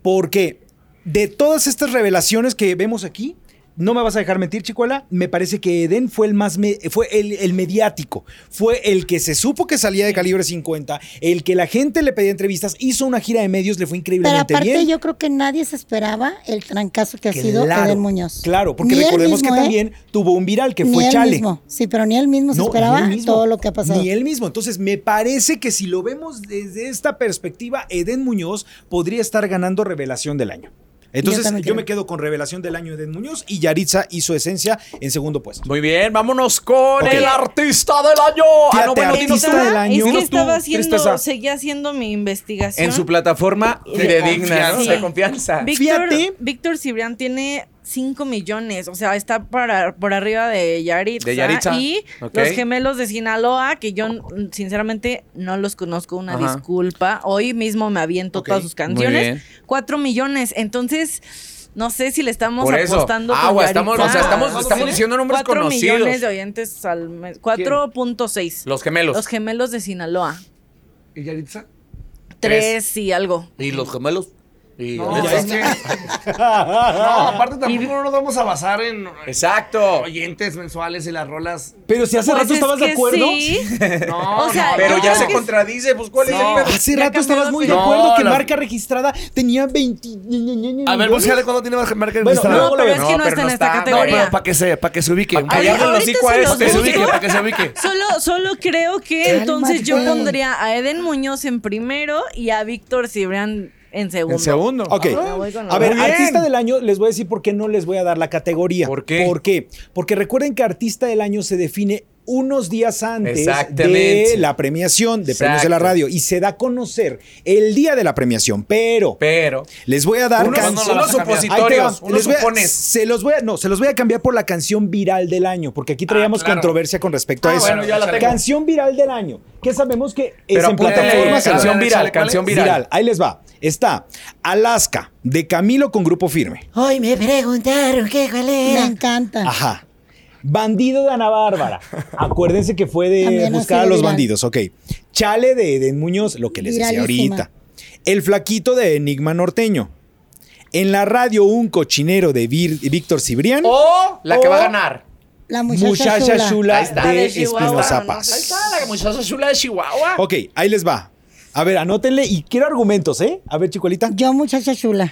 S4: Porque de todas estas revelaciones que vemos aquí, no me vas a dejar mentir, Chicuela. Me parece que Eden fue el más me- fue el, el mediático. Fue el que se supo que salía de calibre 50, el que la gente le pedía entrevistas, hizo una gira de medios, le fue
S1: Pero
S4: increíblemente
S1: aparte
S4: bien.
S1: yo creo que nadie se esperaba el trancazo que ha sido
S4: Claro,
S1: Eden Muñoz.
S4: Claro, porque
S1: Ni él
S4: recordemos
S1: mismo,
S4: que
S1: ¿eh?
S4: también tuvo un viral que
S1: Ni
S4: fue
S1: él
S4: Chale.
S1: mismo. Sí, pero ni él mismo se
S4: No,
S1: esperaba
S4: ni él mismo.
S1: todo lo que ha pasado.
S4: Ni él mismo. Entonces, me parece que si lo vemos desde esta perspectiva, Eden Muñoz podría estar ganando revelación del año. Entonces, yo,
S1: también creo.
S4: me quedo con revelación del año Eden Muñoz y Yaritza hizo esencia en segundo puesto.
S3: Muy bien, vámonos con
S4: Ok.
S3: el artista del año.
S4: Fíjate,
S3: Ah, no, bueno,
S4: artista
S3: dinos tú.
S4: del
S6: Estaba-
S4: año.
S6: Es que
S4: Dinos tú,
S6: estaba haciendo,
S3: tristeza.
S6: seguía haciendo mi investigación.
S3: En su plataforma
S6: De
S3: ¿eh? de digna, ¿no?
S6: confianza.
S3: de confianza.
S6: Víctor,
S4: Fíjate.
S6: Víctor Cibrián tiene 5 millones, o sea, está para, por arriba de Yaritza.
S3: De Yaritza.
S6: Y
S3: Ok.
S6: los gemelos de Sinaloa, que yo mm, sinceramente no los conozco, una
S3: Ajá.
S6: disculpa. Hoy mismo me aviento
S5: Ok,
S6: todas sus
S3: bien.
S6: canciones. 4 millones, entonces no sé si le estamos
S3: Por eso.
S6: apostando por
S3: Agua, estamos, o sea,
S6: Yaritza.
S3: estamos, estamos
S5: tiene?
S3: diciendo nombres
S6: 4
S3: conocidos.
S6: millones de oyentes al mes. 4.6.
S3: Los gemelos.
S6: Los gemelos de Sinaloa.
S5: ¿Y Yaritza?
S6: Tres y algo.
S5: ¿Y los gemelos? Y
S3: No,
S5: Yaritza.
S3: es
S5: No, aparte tampoco nos vamos a basar en
S3: Exacto.
S5: oyentes mensuales y las rolas.
S4: Pero si hace
S6: Pues
S4: rato
S6: es
S4: estabas de
S6: que
S4: acuerdo.
S6: sí.
S5: No,
S6: O sea,
S5: no,
S6: yo
S3: Pero ya
S6: creo
S3: se
S6: que-
S3: contradice, pues ¿cuál es
S5: No.
S3: el pedo?
S4: Hace
S6: Ya
S4: rato estabas
S6: cambió
S4: muy de
S5: de-
S4: acuerdo
S5: No,
S4: que
S5: la-
S4: marca registrada tenía 20.
S5: A ver, búscale cuándo tiene más marca
S4: Bueno,
S5: registrada.
S4: luego
S6: No, pero es
S3: No,
S6: que no,
S3: pero
S6: está
S3: no
S6: en esta
S3: está. No,
S6: categoría.
S5: para que se, para que se ubique.
S3: Pa' que-
S6: Ahorita
S3: Callarle el hocico a
S6: se los
S3: este.
S5: que se
S6: busco.
S5: ubique, para que se ubique.
S6: Solo, solo creo que
S1: Cálmate.
S6: entonces yo pondría a Eden Muñoz en primero y a Víctor Cibrián en segundo.
S3: En segundo.
S4: Ok.
S6: Ah, voy con la
S4: A ver,
S3: Muy bien.
S4: artista del año, les voy a decir por qué no les voy a dar la categoría.
S3: ¿Por qué?
S4: ¿Por qué? Porque recuerden que artista del año se define unos días antes
S3: Exactamente.
S4: de la premiación de premios de la
S3: Exacto.
S4: radio y se da a conocer el día de la premiación, pero
S3: Pero.
S4: les voy a dar
S3: Unos-
S4: canciones-
S3: unos
S4: Ahí te va.
S3: supositorios, unos
S4: Les voy a-
S3: supones.
S4: se los voy a no, se los voy a cambiar por la canción viral del año, porque aquí traíamos
S5: claro.
S4: controversia con respecto a
S3: Ah,
S4: eso.
S3: bueno, ya la tengo.
S4: Canción viral del año, que sabemos que es
S3: Pero
S4: en
S3: apúntale,
S4: plataformas se la-
S3: canción
S5: Sale,
S3: viral,
S5: sale, ¿cuál
S3: canción
S5: es?
S3: viral.
S4: Ahí les va. Está Alaska de Camilo con Grupo Firme.
S1: Hoy me preguntaron qué cuál era. Me encanta.
S4: Ajá. Bandido de Ana Bárbara. Acuérdense que fue de
S1: También ha
S4: buscar a
S1: sido
S4: los
S1: viral.
S4: bandidos. Ok. Chale de Eden Muñoz, lo que les decía
S1: Viralísima.
S4: ahorita. El flaquito de Enigma Norteño. En la radio, un cochinero de Vir- Víctor Cibrián.
S3: O la que va a ganar.
S1: La Oh, muchacha,
S4: Muchacha
S1: chula.
S4: Chula,
S3: Ahí está.
S4: de
S6: de Chihuahua,
S4: Espinoza
S6: no
S4: Paz.
S6: sé.
S3: la muchacha chula de Chihuahua.
S4: Ok, ahí les va. A ver, anótenle y quiero argumentos, ¿eh? A ver, Chicuelita.
S1: Yo, muchacha chula.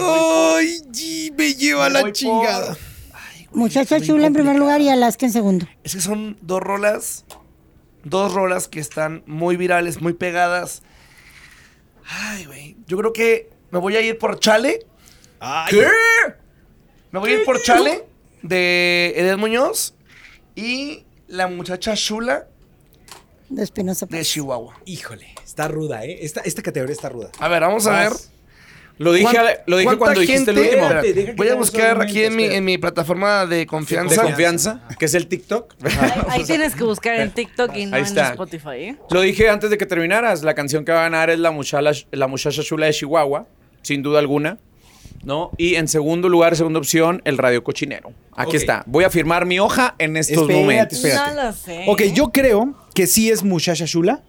S4: Ay, sí, me lleva la chingada.
S1: Muchacha chula en primer lugar y Alaska en segundo.
S5: Es que son dos rolas. Dos rolas que están muy virales, muy pegadas. Ay, güey. Yo creo que me voy a ir por Chale.
S4: ¿Qué?
S5: Me voy a ir por Chale de Edel Muñoz y la muchacha Shula
S1: De Espinosa
S5: de
S1: Paz.
S5: Chihuahua.
S4: Híjole, está ruda, ¿eh? Esta, esta categoría está ruda.
S5: A ver, vamos a ver.
S3: Lo dije,
S5: ¿Cuán-
S3: lo dije
S5: cuánta
S3: cuando dijiste el
S5: gente-
S3: último.
S5: Espérate,
S4: deja que
S5: Voy a
S4: tengan los
S5: buscar aquí en mi,
S4: argumentos,
S5: en mi plataforma de
S3: De
S5: confianza.
S3: confianza, que es el TikTok.
S6: Ahí, ahí tienes que buscar en TikTok y no
S3: Ahí
S6: en
S3: está.
S6: Spotify. ¿eh?
S3: Lo dije antes de que terminaras. La canción que va a ganar es La Muchacha, la muchacha Chula de Chihuahua, sin duda alguna. ¿No? Y en segundo lugar, segunda opción, el radio cochinero. Aquí
S4: Ok.
S3: está. Voy a firmar mi hoja en estos
S4: Espérate,
S3: momentos.
S4: Espérate.
S6: No lo sé.
S4: Ok, yo creo que sí es Muchacha Shula,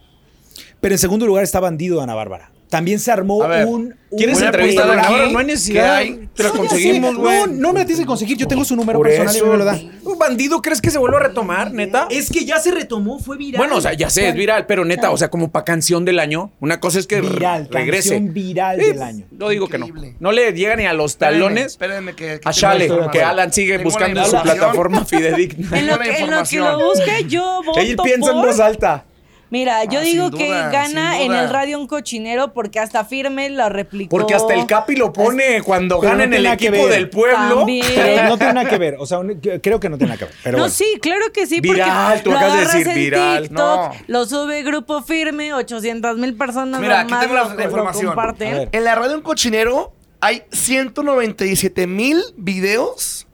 S4: pero en segundo lugar está Bandido de Ana Bárbara. también se armó
S5: A ver,
S4: un. un-
S3: ¿Quieres
S4: una
S3: entrevistar a la
S4: pelea.
S3: cámara? No hay necesidad.
S5: ¿Qué hay?
S3: Te la
S4: Sí,
S3: conseguimos,
S4: sí.
S3: güey.
S4: No, no me la tienes que conseguir. Yo tengo su número
S3: Por
S4: personal
S3: eso.
S4: y me lo da.
S3: ¿Un bandido crees que se vuelva a retomar, neta?
S2: Es que ya se retomó, fue viral.
S3: Bueno, o sea, ya sé, es viral, pero neta, o sea, como para canción del año, una cosa es que r-
S4: Viral,
S3: regrese.
S4: canción viral
S3: Eh,
S4: del año.
S3: No digo que no.
S5: Increíble.
S3: No le llega ni a los talones
S5: Espérenme, espérenme que, que
S3: a Shale,
S5: tengo la
S3: que
S5: información.
S3: Ah, Alan
S5: Tengo
S3: sigue
S5: la
S3: buscando en su
S5: información.
S3: plataforma fidedigna.
S6: En
S5: Buena
S6: lo, que, en lo que
S5: información.
S6: lo busque, yo voto
S3: Él piensa en
S6: por-
S3: voz alta.
S6: Mira, yo
S5: Ah,
S6: digo
S5: sin
S6: que
S5: duda,
S6: gana
S5: sin
S6: en
S5: duda.
S6: el radio un cochinero porque hasta firme lo replicó.
S3: Porque hasta el Capi lo pone cuando
S4: Pero
S3: gana
S4: no
S3: en
S4: tiene
S3: el
S4: nada que
S3: equipo
S4: ver.
S3: del pueblo.
S6: También.
S4: Pero no tiene nada que ver. O sea, un- creo que no tiene nada que ver. Pero
S6: Eh. no,
S4: bueno.
S6: sí, claro que sí. Porque
S3: Viral, tú
S6: lo
S3: acabas de
S6: agarras
S3: decir
S6: en
S3: viral,
S6: TikTok,
S5: no.
S6: Lo sube grupo firme, 800 mil personas.
S5: Mira, aquí
S6: nomás
S5: tengo la-
S6: lo-
S5: la
S6: lo
S5: información.
S6: comparten.
S4: A ver.
S5: En la radio Un Cochinero hay 197 mil videos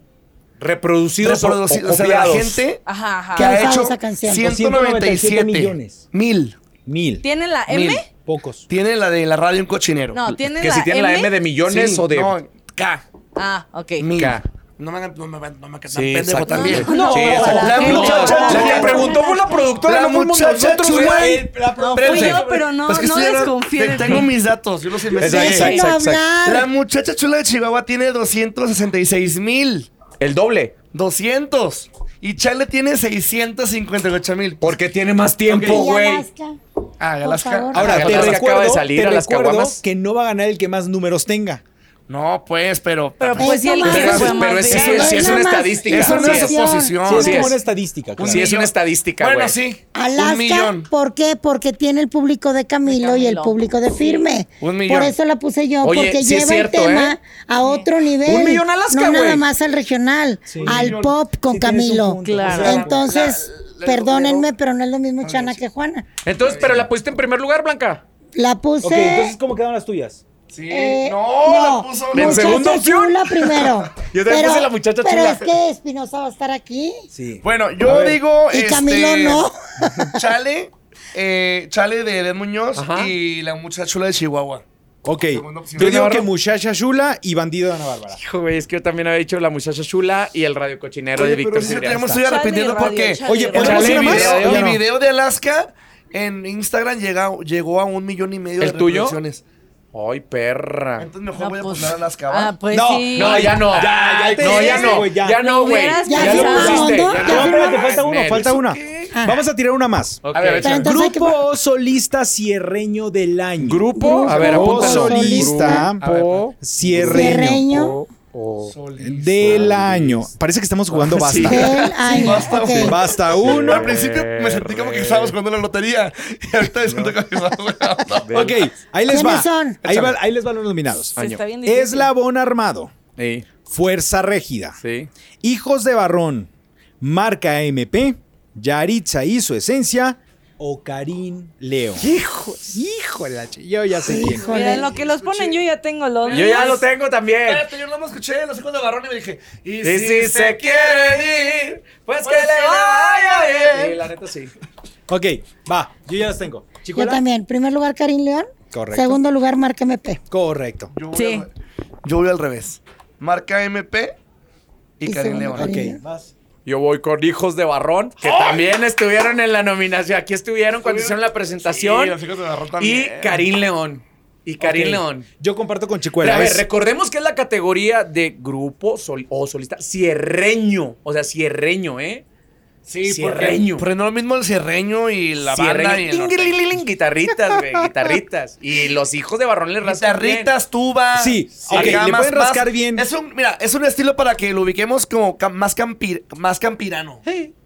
S3: Reproducidos, o-
S5: reproducidos.
S3: o
S5: O sea, de la
S3: copiados.
S5: gente
S6: Ajá, ajá.
S5: que ha
S1: usado
S5: hecho
S1: esa canción?
S5: 197
S4: millones.
S5: mil.
S4: Mil.
S6: ¿Tiene la M?
S5: Mil.
S4: Pocos.
S5: Tiene la de la radio Un Cochinero.
S6: No, tiene
S3: Que
S6: la
S3: si tiene
S6: M.
S3: la M de millones
S5: Sí,
S3: o de...
S5: No, K.
S6: Ah, ok.
S5: Mil.
S3: K.
S5: No me hagan, no me hagan, no me hagan tan
S3: Sí,
S5: pendejo
S3: exacto.
S5: también.
S6: No, no,
S3: Sí, exacto.
S5: la
S3: No,
S5: muchacha-
S3: la que preguntó fue la productora,
S5: La
S3: no fuimos
S5: muchacha
S3: nosotros,
S5: chula,
S3: güey.
S5: eh, la-
S6: No, fui
S5: espérense.
S6: yo, pero no-
S5: Pues que
S6: no
S5: estoy-
S6: desconfíen de
S5: Tengo
S6: mí.
S5: mis datos, yo los investigué.
S3: Exacto,
S1: Déjenlo
S3: exacto, exacto.
S1: hablar.
S5: La muchacha chula de Chihuahua tiene 266 mil.
S3: El doble.
S5: 200. Y Chale tiene 658 mil.
S3: Porque tiene más
S1: Y
S3: tiempo, güey.
S1: Alaska.
S5: Ah,
S1: Por
S5: Alaska.
S1: favor.
S4: Ahora,
S3: Ah,
S4: te
S3: Alaska
S4: recuerdo,
S3: acaba de salir
S4: te
S3: a las
S4: recuerdo
S3: caguamas.
S4: que no va a ganar el que más números tenga.
S5: No, pues, pero.
S6: Pero pues sí, el
S1: Pero
S6: que
S1: es-
S6: se fue
S1: pero
S6: más
S3: es-
S6: bien.
S3: es- sí, es una
S1: Nada más.
S3: estadística.
S5: Eso no
S3: Así
S5: es
S3: es.
S5: oposición.
S4: Sí, es
S3: así
S4: como
S3: es.
S4: una estadística. claro.
S3: Sí, es una estadística, güey.
S5: Bueno, sí. Un
S1: Alaska,
S5: millón.
S1: ¿por qué? Porque tiene el público de Camilo, y el
S6: Camilo.
S1: público de Firme.
S5: Un millón.
S1: Por eso la puse yo,
S3: Oye,
S1: porque
S3: sí es
S1: lleva
S3: cierto,
S1: el tema
S3: ¿eh?
S1: a otro nivel.
S3: Un millón Alaska,
S1: No nada
S3: güey.
S1: más al regional, al pop con
S4: Sí, tienes un
S1: Camilo.
S4: punto.
S6: Claro.
S1: Entonces,
S5: La- la-
S1: perdónenme, pero no es lo mismo Chana que Juana.
S3: Entonces, pero la pusiste en primer lugar, Blanca.
S1: La puse...
S4: Ok, entonces, ¿cómo quedaron las tuyas?
S5: Sí.
S1: eh,
S5: no, la puso.
S3: En
S1: muchacha
S3: segunda opción.
S1: chula primero.
S3: Yo también puse la muchacha
S1: pero
S3: chula.
S1: es que Espinosa va a estar aquí.
S4: Sí.
S5: Bueno, yo digo. este,
S1: Y Camilo no.
S5: Chale. eh, Chale de Ed Muñoz
S3: Ajá.
S5: y la muchacha chula de Chihuahua.
S4: Ok.
S5: Segunda opción.
S4: Yo digo
S5: Navarro.
S4: que muchacha chula y bandido de Ana Bárbara.
S3: Hijo, güey, es que yo también había dicho la muchacha chula y el radio cochinero de
S5: Oye, pero
S3: Víctor
S5: sí,
S3: Cebrián.
S5: tenemos- estoy
S6: Chale,
S5: arrepentido
S6: radio,
S5: porque-
S6: chale,
S4: Oye,
S6: radio.
S4: ¿podemos
S5: Chale,
S4: ir a
S5: mi
S4: más?
S5: video,
S4: ¿O ya
S5: mi
S4: no?
S5: video de Alaska en Instagram llega- llegó a un millón y medio
S3: ¿El
S5: de
S3: tuyo?
S5: reproducciones.
S3: Ay, perra.
S5: Entonces mejor
S6: No,
S5: voy a
S6: pues-
S5: poner Alaska. ¿va?
S6: Ah, pues
S4: No,
S6: sí.
S3: No, ya no.
S4: Ya, ya
S3: Ay,
S4: te
S3: no, ya
S4: dije,
S3: no.
S4: güey, ya.
S3: Ya no,
S6: Lo
S3: güey.
S6: hubieras
S3: Ya,
S1: Ya
S3: lo
S1: está,
S3: pusiste.
S1: ¿no?
S3: ya
S1: Ya,
S3: lo-
S4: No, espérate, falta uno,
S3: Nel.
S4: falta una.
S5: qué?
S4: Vamos a tirar una más.
S3: Ok.
S5: A ver, échale.
S1: Entonces hay que
S4: Grupo solista cierreño del año.
S3: Grupo, a ver,
S4: Grupo
S3: apúntalo.
S4: solista
S3: Grupo
S1: Cierreño
S4: cierreño del año. Parece que estamos jugando basta.
S1: del año.
S5: basta,
S1: Ok.
S5: sí,
S4: Basta uno.
S5: Al principio me sentí como que estábamos jugando la lotería. Y ahorita me siento como que estábamos jugando.
S4: Ok, ahí les va.
S1: ¿Quiénes son?
S4: Ahí, va- ahí les van los nominados.
S6: Se está bien difícil.
S4: Eslabón armado.
S3: Sí,
S4: Fuerza Régida,
S3: sí.
S4: Hijos de Barrón, Marca MP, Yaritza y su esencia, o Karim Leo. Hijo, hijo de la ch- Yo ya sé quién.
S6: Mira, en lo que los ponen, yo ya tengo los
S3: Yo ya
S6: míos.
S3: lo tengo también.
S5: Espérate, yo no me escuché los hijos de Barrón y me dije, ¿y
S3: Y si se quiere ir, pues que
S5: Pues que
S3: le
S5: le
S3: vaya
S5: vaya
S3: bien.
S5: bien.
S3: la neta sí.
S4: Ok, va, yo ya los tengo.
S1: Yo
S4: Chicuela.
S1: también. Primer lugar, Karim León.
S4: Correcto.
S1: Segundo lugar, Marca MP.
S4: Correcto.
S5: Yo voy,
S6: Sí.
S5: al, yo voy al revés. Marca MP y
S1: Y
S5: Karim
S1: segundo,
S5: León.
S1: Karim.
S4: Ok,
S1: Niño.
S4: vas.
S3: Yo voy con Hijos de Barrón, que también estuvieron en la nominación. Aquí estuvieron cuando hicieron la
S5: Sí,
S3: presentación.
S5: los hijos de Barrón
S3: y
S5: también.
S3: Karim León. Y Karim
S4: Ok.
S3: León.
S4: Yo comparto con
S3: Pero
S4: Chicuela.
S3: a ver,
S4: es-
S3: recordemos que es la categoría de grupo sol- o solista cierreño. O sea, cierreño, ¿eh?
S5: Sí,
S3: Cierreño.
S5: Porque, porque no es lo mismo el cierreño y la banda y
S3: Cierreño.
S5: el norte.
S3: Tinguilililin, Guitarritas, güey. Guitarritas. Y los hijos de Barrón les rascan bien.
S5: Guitarritas, tubas.
S4: Sí, ok,
S5: acá
S4: le
S5: más-
S4: pueden
S5: más-
S4: rascar bien.
S5: Es un, mira, es un estilo para que lo ubiquemos como cam- más, campi- más campirano.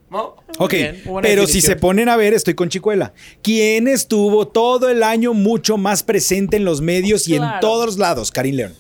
S5: ¿No?
S4: Ok,
S3: bien, buena
S4: pero si
S3: definición.
S4: se ponen a ver, estoy con Chicuela. Quien estuvo todo el año mucho más presente en los medios y en
S6: Claro.
S4: todos lados? Karim León.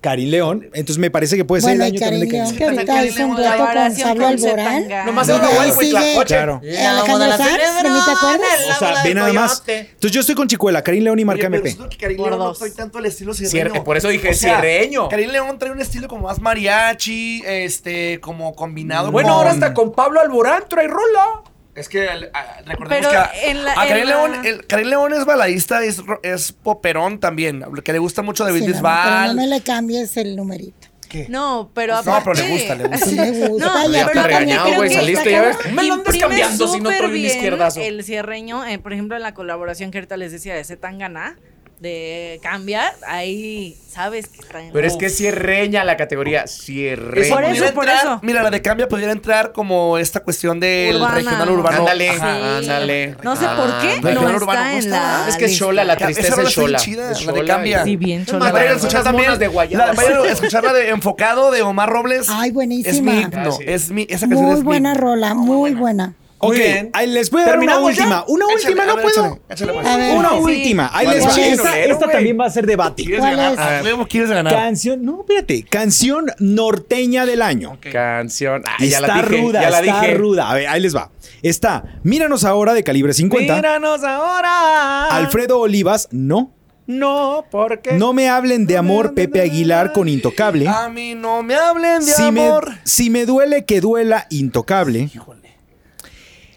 S4: Karim León. Entonces me parece que puede ser
S1: Bueno,
S4: el
S1: y
S4: año también
S1: Karim
S4: de
S1: León,
S4: Karim León.
S1: que ahorita hizo un dueto con
S6: Comparación
S1: Pablo
S6: con
S1: Alborán.
S6: Zetangana.
S3: Nomás
S1: Y
S3: se
S1: de
S3: lo
S1: ahí
S3: vuelvo y
S1: sigue
S3: tlacoche.
S4: Claro.
S1: Alejandro Sanz, Remita Cuerdas.
S4: O sea, ve nada más. Entonces yo estoy con Chicuela, Karim León y Marca
S5: Oye, pero
S4: MP.
S5: siento que Karim
S6: Por
S5: León no
S6: dos.
S5: trae tanto el estilo
S3: Cier-
S5: cierreño.
S3: por eso dije cierreño.
S5: Karim León trae un estilo como más mariachi, este, como combinado.
S3: Bueno,
S5: con-
S3: ahora hasta con Pablo Alborán trae rola.
S5: Es que al- a-
S6: Pero
S5: recordemos que a,
S6: en la-
S5: a Karim
S6: en la-
S5: León, el- Karim León es baladista, es, ro- es poperón también, que le gusta mucho David
S1: Sí, no,
S5: Bisbal.
S1: pero no me le cambies el numerito.
S6: No, pero
S5: No,
S6: aparte.
S5: pero le gusta, le gusta.
S1: Sí le gusta, ya
S6: No, pero
S1: está
S6: también
S1: regañado,
S6: creo
S1: güey,
S6: que
S1: saliste, ya ves.
S3: Me lo andas
S6: imprime
S3: cambiando, si no,
S6: súper
S3: te doy un
S6: bien
S3: izquierdazo.
S6: El cierreño, eh, por ejemplo, en la colaboración que ahorita les decía de Zetangana, de cambiar, ahí sabes que traen.
S3: Pero es que cierreña la categoría. Cierreña.
S6: Por eso,
S5: Pudiera
S6: por
S5: entrar-
S6: eso.
S5: Mira, la de cambia podría entrar como esta cuestión del
S6: Urbana.
S5: regional urbano.
S3: Ándale,
S5: Ajá.
S6: Sí.
S3: ándale.
S6: No sé por qué
S5: Regional
S6: no
S5: urbano,
S6: está
S5: ¿no
S6: en
S5: está?
S6: la.
S3: Es que es
S6: lista.
S3: chola, la
S5: Esa
S3: tristeza
S5: rola
S3: es
S5: está bien
S3: chola.
S5: chida,
S3: Es
S5: la de
S3: chola
S5: cambia.
S6: Sí, bien
S5: Vayan
S6: chola.
S5: a
S3: Bueno,
S5: escuchar
S3: esas
S5: también-
S3: monas de guayabas.
S5: la- vayan a escuchar la de Enfocado de Omar Robles.
S1: Ay, buenísima.
S5: Es mi himno,
S3: Ah, sí.
S5: es mi, esa canción es
S1: Muy
S5: mi-
S1: buena rola, muy buena.
S4: Ok,
S3: Muy bien.
S4: ahí les voy a dar una
S5: ¿Terminamos ya?
S4: última. Una
S5: Échale,
S4: última,
S5: a
S4: no
S5: ver,
S4: puedo.
S5: échale, échale,
S1: A
S5: vas.
S1: ver,
S4: Una
S6: Sí, sí.
S4: última. Ahí
S5: ¿Cuál
S4: les va.
S1: es?
S4: Esta, esta
S3: güey.
S4: también va a ser debate.
S5: ¿Quieres
S1: ¿Cuál
S5: ganar?
S1: es?
S5: A huevo, ¿Quieres ganar?
S4: Canción, no, espérate. Canción norteña del año.
S3: Canción. Ay, Ah, ya
S4: está
S3: la dije.
S4: ruda,
S3: ya la
S4: está
S3: dije.
S4: ruda. A ver, ahí les va. Está Míranos ahora de calibre 50.
S3: Míranos ahora.
S4: Alfredo Olivas, no.
S3: No, porque.
S4: No me hablen de amor, Pepe Aguilar con Intocable.
S5: A mí no me hablen de
S4: Si me,
S5: amor.
S4: si me duele que duela, Intocable.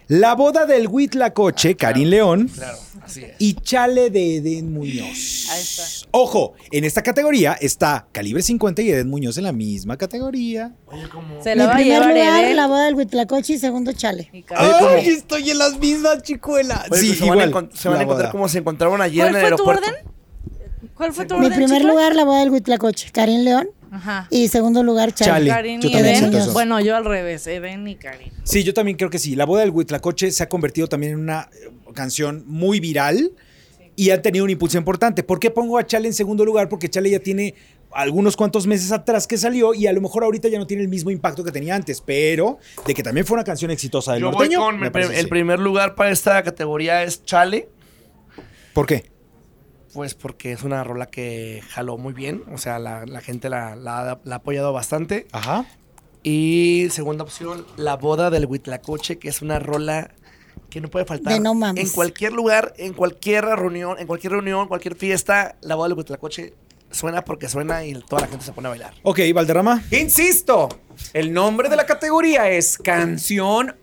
S4: La boda del Huitlacoche, Karim León.
S5: Ah, Claro, así es.
S4: Y Chale de Edén Muñoz.
S6: Ahí está.
S4: Ojo, en esta categoría está Calibre 50 y Edén Muñoz en la misma categoría.
S6: Se la
S1: En
S6: va a
S1: primer
S6: llevar
S1: lugar,
S6: Edel
S1: la boda del Huitlacoche y segundo, Chale.
S6: y Carlos.
S4: estoy en las mismas chicuelas.
S5: Oye,
S4: sí,
S5: pues se
S4: igual.
S5: van a, encon- se van a
S4: la
S5: encontrar
S4: boda.
S5: como se encontraron ayer
S6: ¿Cuál
S5: en el
S6: fue tu
S5: aeropuerto.
S6: orden? ¿Cuál fue tu
S1: Mi
S6: orden?
S1: primer
S6: chicla?
S1: lugar, la boda del Huitlacoche, Karim León.
S6: Ajá.
S1: Y segundo lugar, Chale.
S4: Chale.
S6: Karin
S4: yo
S6: y
S4: también siento
S6: Eden.
S4: eso.
S6: Bueno, yo al revés, Eden y Karin.
S4: Sí, yo también creo que sí. La boda del Huitlacoche se ha convertido también en una eh, canción muy viral y ha tenido un impulso importante. ¿Por qué pongo a Chale en segundo lugar? Porque Chale ya tiene algunos cuantos meses atrás que salió y a lo mejor ahorita ya no tiene el mismo impacto que tenía antes, pero de que también fue una canción exitosa del
S5: Yo voy
S4: norteño,
S5: con
S4: me
S5: el,
S4: parece
S5: prim-
S4: que
S5: el
S4: sí.
S5: primer lugar para esta categoría es Chale.
S4: ¿Por qué?
S5: Pues porque es una rola que jaló muy bien. O sea, la, la gente la, la- la ha apoyado bastante.
S4: Ajá.
S5: Y segunda opción, La Boda del Huitlacoche, que es una rola que no puede faltar.
S1: De no mames.
S5: En cualquier lugar, en cualquier reunión, en cualquier reunión, cualquier fiesta, La Boda del Huitlacoche suena porque suena y toda la gente se pone a bailar.
S4: Ok, Valderrama.
S3: Insisto, el nombre de la categoría es Canción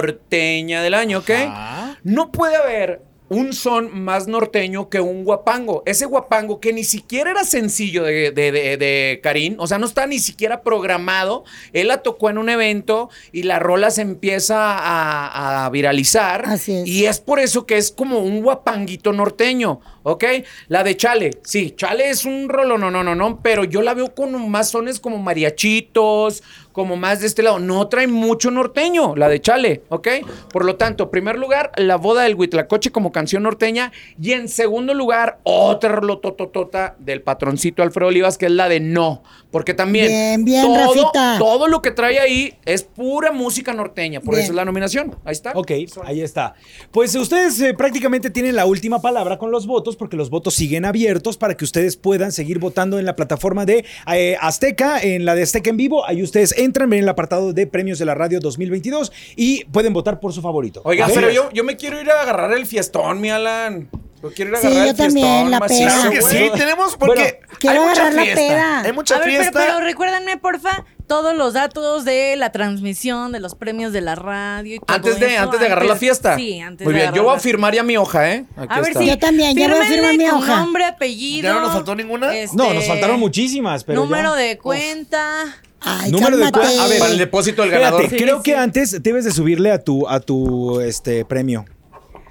S3: Norteña del Año, ¿ok?
S4: Ajá.
S3: No puede haber un son más norteño que un guapango. Ese guapango que ni siquiera era sencillo de, de, de- de Karim, o sea, no está ni siquiera programado. Él la tocó en un evento y la rola se empieza a, a viralizar.
S1: Así es.
S3: Y es por eso que es como un guapanguito norteño, ¿ok? La de Chale, sí, Chale es un rolo, no, no, no, no, pero yo la veo con más sones como mariachitos, como más de este lado. No trae mucho norteño, la de Chale, ¿ok? Por lo tanto, primer lugar, la boda del Huitlacoche como canción norteña. Y en segundo lugar, otra rolotototota del patroncito Alfredo Olivas, que es la de No. Porque también
S1: Bien, bien,
S3: todo,
S1: Rafita.
S3: todo lo que trae ahí es pura música norteña. Por
S1: Bien.
S3: eso es la nominación. Ahí está.
S4: Ok, ahí está. Pues ustedes eh, prácticamente tienen la última palabra con los votos, porque los votos siguen abiertos para que ustedes puedan seguir votando en la plataforma de eh, Azteca, en la de Azteca en vivo. Ahí ustedes entran, ven el apartado de premios de la radio 2022 y pueden votar por su favorito.
S3: Oiga,
S4: ¿Ok?
S3: pero yo, yo me quiero ir a agarrar el fiestón, mi Alan. Yo quiero ir a
S1: Sí,
S3: agarrar
S1: yo
S3: el
S1: también,
S3: fiestón.
S1: la
S3: macizo,
S1: peda.
S5: Claro que
S3: güey.
S5: sí, tenemos porque
S1: Quiero
S5: hay mucha
S1: agarrar la
S5: fiesta,
S1: peda.
S5: Hay mucha
S6: a ver,
S5: fiesta.
S6: Pero, pero recuérdenme, porfa, todos los datos de la transmisión, de los premios de la radio. Y todo
S3: Antes de,
S6: eso,
S3: antes de agarrar la fiesta.
S6: Sí, antes
S3: Muy
S6: de
S3: bien,
S6: agarrar
S3: yo voy a
S6: la-
S3: firmar ya mi hoja, ¿eh? Aquí
S6: A ver
S3: está.
S6: si.
S1: Yo también, ya voy a
S6: fírmenle
S1: firmar mi
S6: con
S1: hoja.
S6: nombre, apellido. este,
S5: ¿Ya no nos faltó ninguna?
S4: No, nos faltaron muchísimas, pero.
S6: número
S4: ya.
S6: de cuenta.
S1: Ay,
S4: Número de
S1: cálmate.
S4: cua- a ver,
S3: Para el depósito del ganador.
S4: Espérate,
S6: Sí,
S4: creo que
S6: sí.
S4: antes debes de subirle a tu, a tu este, premio.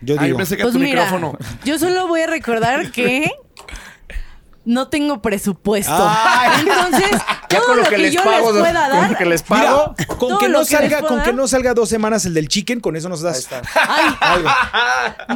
S4: Yo
S5: Ay, yo
S4: digo.
S5: pensé que
S6: Pues
S5: tu
S6: mira,
S5: micrófono.
S6: yo solo voy a recordar que no tengo presupuesto.
S4: Ay.
S6: Entonces,
S3: Ya
S6: todo
S3: con
S6: lo
S3: lo
S6: que,
S3: que les
S6: yo
S3: pago,
S6: les pueda
S3: con
S6: dar.
S3: lo que les
S4: Mira,
S3: pago.
S4: con
S6: Todo
S4: que
S6: lo
S4: no
S6: que les
S4: salga,
S6: puedo
S4: con que
S6: dar.
S4: no salga dos semanas el del chicken, con eso nos das.
S6: Ay.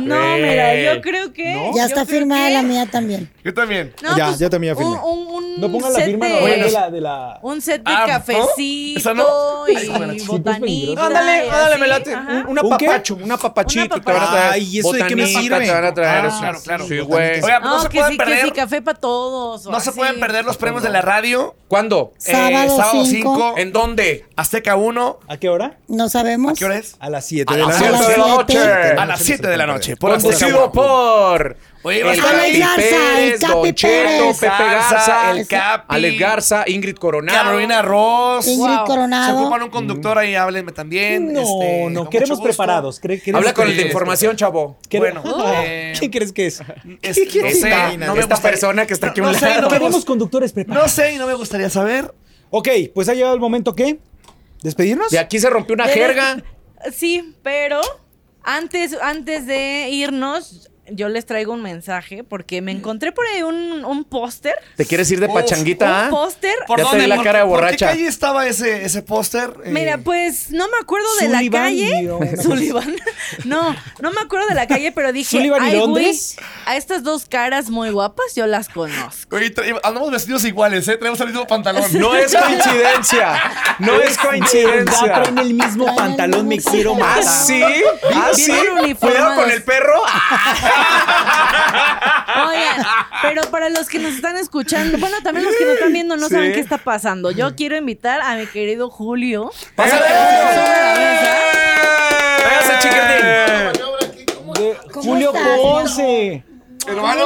S6: No, mira, yo creo que.
S1: Ya
S6: yo
S1: está
S6: creo
S1: firmada
S6: que-
S1: la mía también.
S5: Yo también.
S6: No,
S4: Ya,
S6: pues,
S4: ya también ya firmé.
S6: Un, un- un
S4: No pongas la
S6: set
S4: firma
S6: de-
S4: no, de la, de la-
S6: Un set de
S5: Ah, ¿no?
S6: cafecito
S5: ¿Esa no?
S6: y
S5: Ay, bueno, sí,
S4: pues,
S6: botanita.
S4: peligroso.
S3: Ándale,
S6: y
S3: ándale,
S6: así,
S3: me late.
S6: ajá.
S3: Un, una
S4: ¿Un qué?
S3: papacho, una Ah, papachito
S6: Una
S3: te van a traer.
S4: Ay, ¿y eso de qué me
S3: Botanita
S4: sirve?
S3: Te van a traer.
S5: Ah,
S3: eso.
S5: claro, claro.
S3: Sí, güey.
S5: Oiga, pues
S6: No,
S5: no se
S6: que
S5: pueden
S6: sí, que sí,
S5: perder.
S6: café para todos. o
S5: No se
S6: así.
S5: pueden perder los premios de la radio.
S3: ¿Cuándo?
S5: Eh,
S1: Sábado
S5: sábado
S1: cinco.
S5: 5.
S3: ¿En dónde?
S5: Azteca 1.
S4: ¿A qué hora?
S1: No sabemos.
S5: ¿Qué hora es?
S4: A las 7
S5: A
S4: de la
S3: Ah,
S5: las
S4: noche.
S1: siete de la noche.
S5: A las 7 de la noche. Por Azteca
S3: Conducido
S5: 1.
S3: por
S5: Oye, va a
S3: el
S5: estar
S1: Alex
S5: ahí.
S1: Garza, el Capi
S3: Don Cheto,
S1: Pérez.
S3: Pepe Garza, el
S1: Ese-
S3: Capi, Alex Garza, Ingrid Coronado.
S5: Carolina Ross.
S1: Ingrid
S5: Wow.
S1: Coronado.
S5: Se ocupan un conductor ahí, háblenme también.
S4: No,
S5: este, con
S4: no,
S5: mucho
S4: queremos
S5: gusto.
S4: preparados. cre- queremos
S3: Habla con el de
S4: que-
S3: información, chavo.
S4: que-
S5: Bueno,
S4: ¿Quién
S5: eh,
S4: crees que es?
S5: Es-
S4: ¿Qué- qué-
S5: no sé,
S4: Imagínate.
S5: no me
S3: Esta
S5: gusta-
S3: persona que está aquí a
S5: no,
S3: un
S5: no sé,
S3: lado.
S5: no me
S4: Queremos
S5: gusta-
S4: conductores
S5: No
S4: preparados.
S5: sé y no me gustaría saber.
S4: Ok, pues ha llegado el momento que. ¿Despedirnos?
S3: De aquí se rompió una
S6: Pero-
S3: jerga.
S6: Sí, pero antes, antes de irnos, yo les traigo un mensaje porque me encontré por ahí un, un póster.
S3: ¿Te quieres ir de
S5: Uf,
S3: pachanguita?
S6: Un
S3: ah?
S6: póster.
S5: ¿Por
S3: Ya te
S5: dónde,
S3: vi la
S5: amor?
S3: cara de
S5: ¿Por
S3: borracha.
S5: qué calle estaba ese, ese póster? Eh,
S6: Mira, pues no me acuerdo de la
S4: Sullivan y-
S6: calle. Sullivan. No, no me acuerdo de la calle, pero dije,
S4: Sullivan y
S6: ay, güey,
S4: Londres".
S6: a estas dos caras muy guapas yo las conozco.
S5: Oye, tra- eh, andamos vestidos iguales, ¿eh? Tenemos el mismo pantalón.
S3: No es coincidencia. No es
S4: Va,
S3: coincidencia.
S4: traen el mismo
S1: Traen el
S4: pantalón, me
S1: mismo
S4: quiero
S1: pantalón.
S3: ¿Ah,
S4: matar.
S3: sí? ¿Ah,
S6: Vienen
S3: sí?
S6: uniformados.
S3: Cuidado con el perro. Ah.
S6: Oigan, pero para los que nos están escuchando, bueno, también los que nos están viendo no
S3: Sí.
S6: saben qué está pasando. Yo quiero invitar a mi querido Julio.
S3: Pásale. Pégase, chiquitín.
S4: Julio
S1: estás,
S4: Ponce.
S5: Hermano,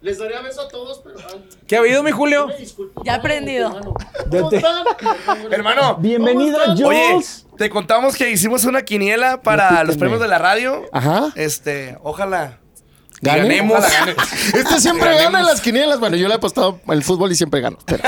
S8: Les daría beso a todos, pero antes
S3: ¿Qué ha habido, mi Julio?
S8: disculpo.
S6: Ya aprendido.
S8: ¿Cómo están?
S5: hermano.
S4: Bienvenido,
S5: Oye,
S4: Jules.
S5: te contamos que hicimos una quiniela para los premios de la radio.
S8: Ajá.
S5: Este, ojalá.
S8: Ganemos.
S5: Ojalá gane.
S8: Este siempre gana en las quinielas. Bueno, yo le he apostado al fútbol y siempre gano. Pero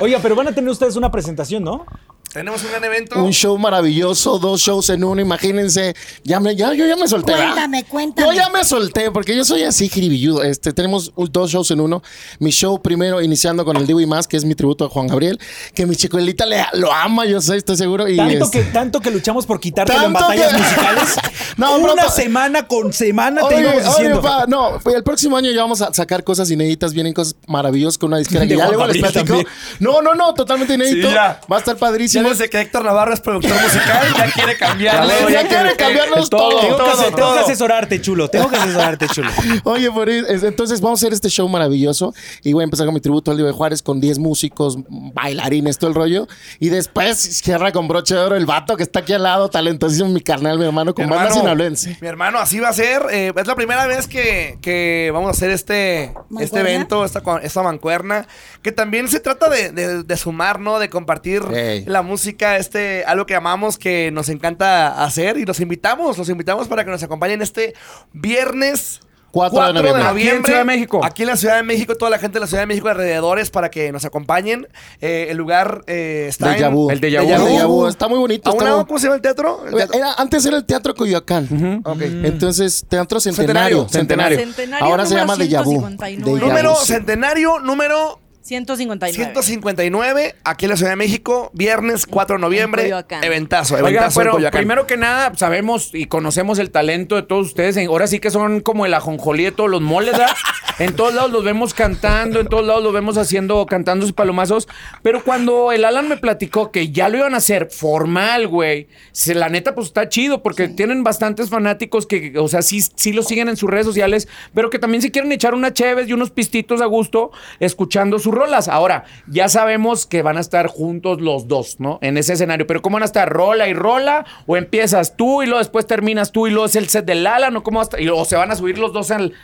S4: Oiga, pero van a tener ustedes una presentación, ¿no?
S5: Tenemos un gran evento.
S8: un show maravilloso, dos shows en uno, imagínense. Ya me, ya, yo ya me solté. ¿verdad?
S1: Cuéntame, cuéntame.
S8: Yo ya me solté porque yo soy así jiribilludo. Este, tenemos un- dos shows en uno. Mi show primero iniciando con el Divo y Más, que es mi tributo a Juan Gabriel, que mi chicuelita le, lo ama, yo sé, estoy seguro. Y
S4: Tanto,
S8: este-
S4: que, tanto que luchamos por quitártelo en
S8: Tanto
S4: batallas
S8: que-
S4: musicales.
S8: No,
S4: una
S8: pronto-
S4: semana con semana te
S8: Oye,
S4: íbamos
S8: oye,
S4: diciendo.
S8: pa, no, pues, el próximo año ya vamos a sacar cosas inéditas, vienen cosas maravillosas con una disquera que
S4: De
S8: ya
S4: Juan
S8: luego les
S4: Gabriel
S8: platico. No, no, no, totalmente inédito.
S5: Sí, ya.
S8: Va a estar
S5: Ya
S8: padrísimo.
S5: desde que Héctor Navarro es productor musical, ya quiere cambiarlo.
S8: Ya quiere cambiarlos todo.
S4: Tengo, que,
S5: todo,
S4: tengo que asesorarte, chulo. Tengo que asesorarte, chulo.
S8: Oye, por ahí, es- entonces vamos a hacer este show maravilloso y voy a empezar con mi tributo al Diego de Juárez con 10 músicos, bailarines, todo el rollo. Y después cierra con broche de oro el vato que está aquí al lado, talentosísimo, mi carnal, mi hermano, con banda sinaloense.
S5: mi hermano, así va a ser. eh, es la primera vez que, que vamos a hacer este,
S1: ¿Mancuerna?
S5: este evento, esta, cua- esta mancuerna, que también se trata de, de- de sumar, ¿no? De compartir
S8: Ey.
S5: la música, este, algo que amamos, que nos encanta hacer. Y los invitamos, los invitamos para que nos acompañen este viernes.
S8: 4 de noviembre.
S3: Aquí en Ciudad de México.
S5: Aquí en la Ciudad de México, toda la gente de la Ciudad de México alrededores para que nos acompañen. Eh, el lugar eh, está
S8: Déjà
S5: en-
S8: vu.
S3: El Déjà vu.
S8: El Déjà vu. Está muy bonito.
S5: ¿Aún
S8: está
S5: no?
S8: muy-
S5: ¿Cómo se llama el teatro? El teatro-
S8: Era- antes era el Teatro Coyoacán.
S5: Ok.
S8: Entonces, Teatro Centenario.
S3: Centenario.
S6: Centenario
S8: Ahora se
S6: número
S8: llama Deja Vu.
S6: 159.
S8: Déjà vu,
S5: Número
S8: sí.
S5: centenario, número
S6: 159.
S5: 159, aquí en la Ciudad de México, viernes 4 de noviembre.
S6: En Coyoacán.
S5: Eventazo, eventazo.
S3: Oiga,
S5: en
S3: pero
S5: Coyoacán.
S3: primero que nada, sabemos y conocemos el talento de todos ustedes. En- Ahora sí que son como el ajonjolí de todos los moles, ¿verdad? En todos lados los vemos cantando, en todos lados los vemos haciendo, cantando sus palomazos. Pero cuando el Alan me platicó que ya lo iban a hacer formal, güey, se- la neta, pues está chido, porque tienen bastantes fanáticos que, o sea, sí, sí los siguen en sus redes sociales, pero que también se quieren echar unas cheves y unos pistitos a gusto escuchando sus rolas. Ahora, ya sabemos que van a estar juntos los dos, ¿no? En ese escenario. Pero ¿cómo van a estar? ¿Rola y rola? ¿O empiezas tú y luego después terminas tú y luego es el set del Alan? ¿O, cómo va a estar? Y- ¿O se van a subir los dos al,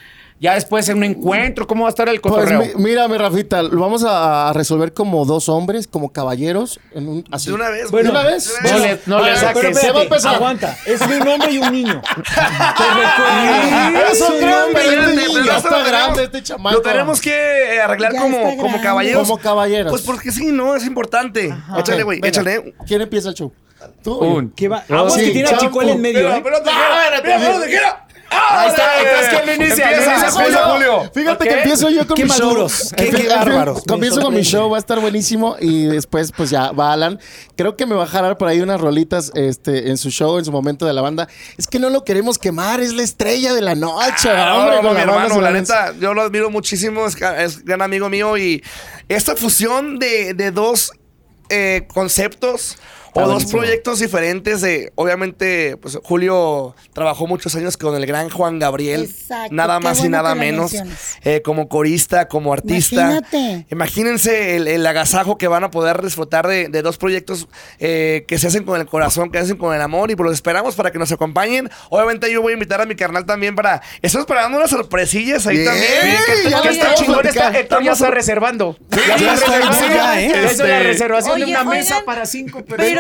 S3: ya después en un encuentro? ¿Cómo va a estar el
S8: Pues
S3: cotorreo?
S8: mi- mírame, Rafita, lo vamos a a resolver como dos hombres, como caballeros. En un, así.
S5: De una vez,
S8: Bueno,
S5: güey.
S8: ¿De una vez?
S5: De
S3: no
S8: Bueno,
S3: le, no
S8: a
S3: le
S8: ver,
S3: saques.
S8: pero espérate. Se va a empezar.
S4: Aguanta. Es de un hombre y un niño.
S8: Eso
S4: Eso,
S8: creo,
S4: hombre.
S8: pero
S5: Espérate,
S8: este niño
S5: pero
S8: ya
S5: eso lo
S8: está
S5: tenemos-
S8: grande, este chamaco.
S5: Lo tenemos que eh, arreglar
S1: Ya
S5: como,
S1: está
S5: como
S1: grande.
S5: caballeros.
S8: Como caballeros.
S5: Pues porque sí, no, es importante.
S8: Ok,
S5: Échale, güey,
S8: venga.
S5: échale.
S8: ¿Quién empieza el show? Tú. o yo?
S3: Un,
S4: ¿Qué va? Aguas
S8: Sí,
S4: que tiene a
S8: chapo.
S4: Chicuel en medio, ¿eh?
S5: te quiero, mira, pero te quiero.
S3: Ahí está, entonces, ¿quién lo inicia?
S5: Empieza,
S3: ¿Lo inicia Julio?
S8: Fíjate
S3: Ok.
S8: que empiezo yo con
S4: Qué
S8: mi show.
S4: maduros, qué-
S8: Empie-
S4: qué bárbaros.
S8: Comienzo
S4: Me
S8: con
S4: sorprende.
S8: mi show, va a estar buenísimo y después pues ya va Alan. Creo que me va a jalar por ahí unas rolitas este, en su show, en su momento de la banda. Es que no lo queremos quemar, es la estrella de la noche,
S5: Hombre,
S8: hombre, con
S5: Ah, mi
S8: la banda
S5: hermano, la
S8: sonorense.
S5: neta, yo lo admiro muchísimo, es, ca- es gran amigo mío y esta fusión de, de dos eh, conceptos o dos
S8: buenísimo.
S5: proyectos diferentes de, obviamente, pues Julio trabajó muchos años con el gran Juan Gabriel,
S1: Exacto,
S5: nada
S1: qué
S5: más y
S1: bueno
S5: nada
S1: que lo
S5: menos,
S1: mencionas.
S5: eh, como corista, como artista.
S1: Imagínate.
S5: Imagínense el, el agasajo que van a poder disfrutar de, de dos proyectos eh, que se hacen con el corazón, que se hacen con el amor y pues los esperamos para que nos acompañen. Obviamente yo voy a invitar a mi carnal también para... Estamos esperando unas sorpresillas ahí
S8: Bien,
S5: también.
S8: ya
S3: Que
S8: lo
S3: está
S8: estamos
S3: chingón, está,
S8: platicando.
S3: Héctor ya está reservando. Ya
S4: ya
S3: está
S4: está
S3: reservando.
S4: ya, ¿eh?
S3: Ya hizo la
S5: Este,
S3: reservación de
S6: Oye,
S3: una mesa
S6: oigan,
S3: para cinco
S6: Pero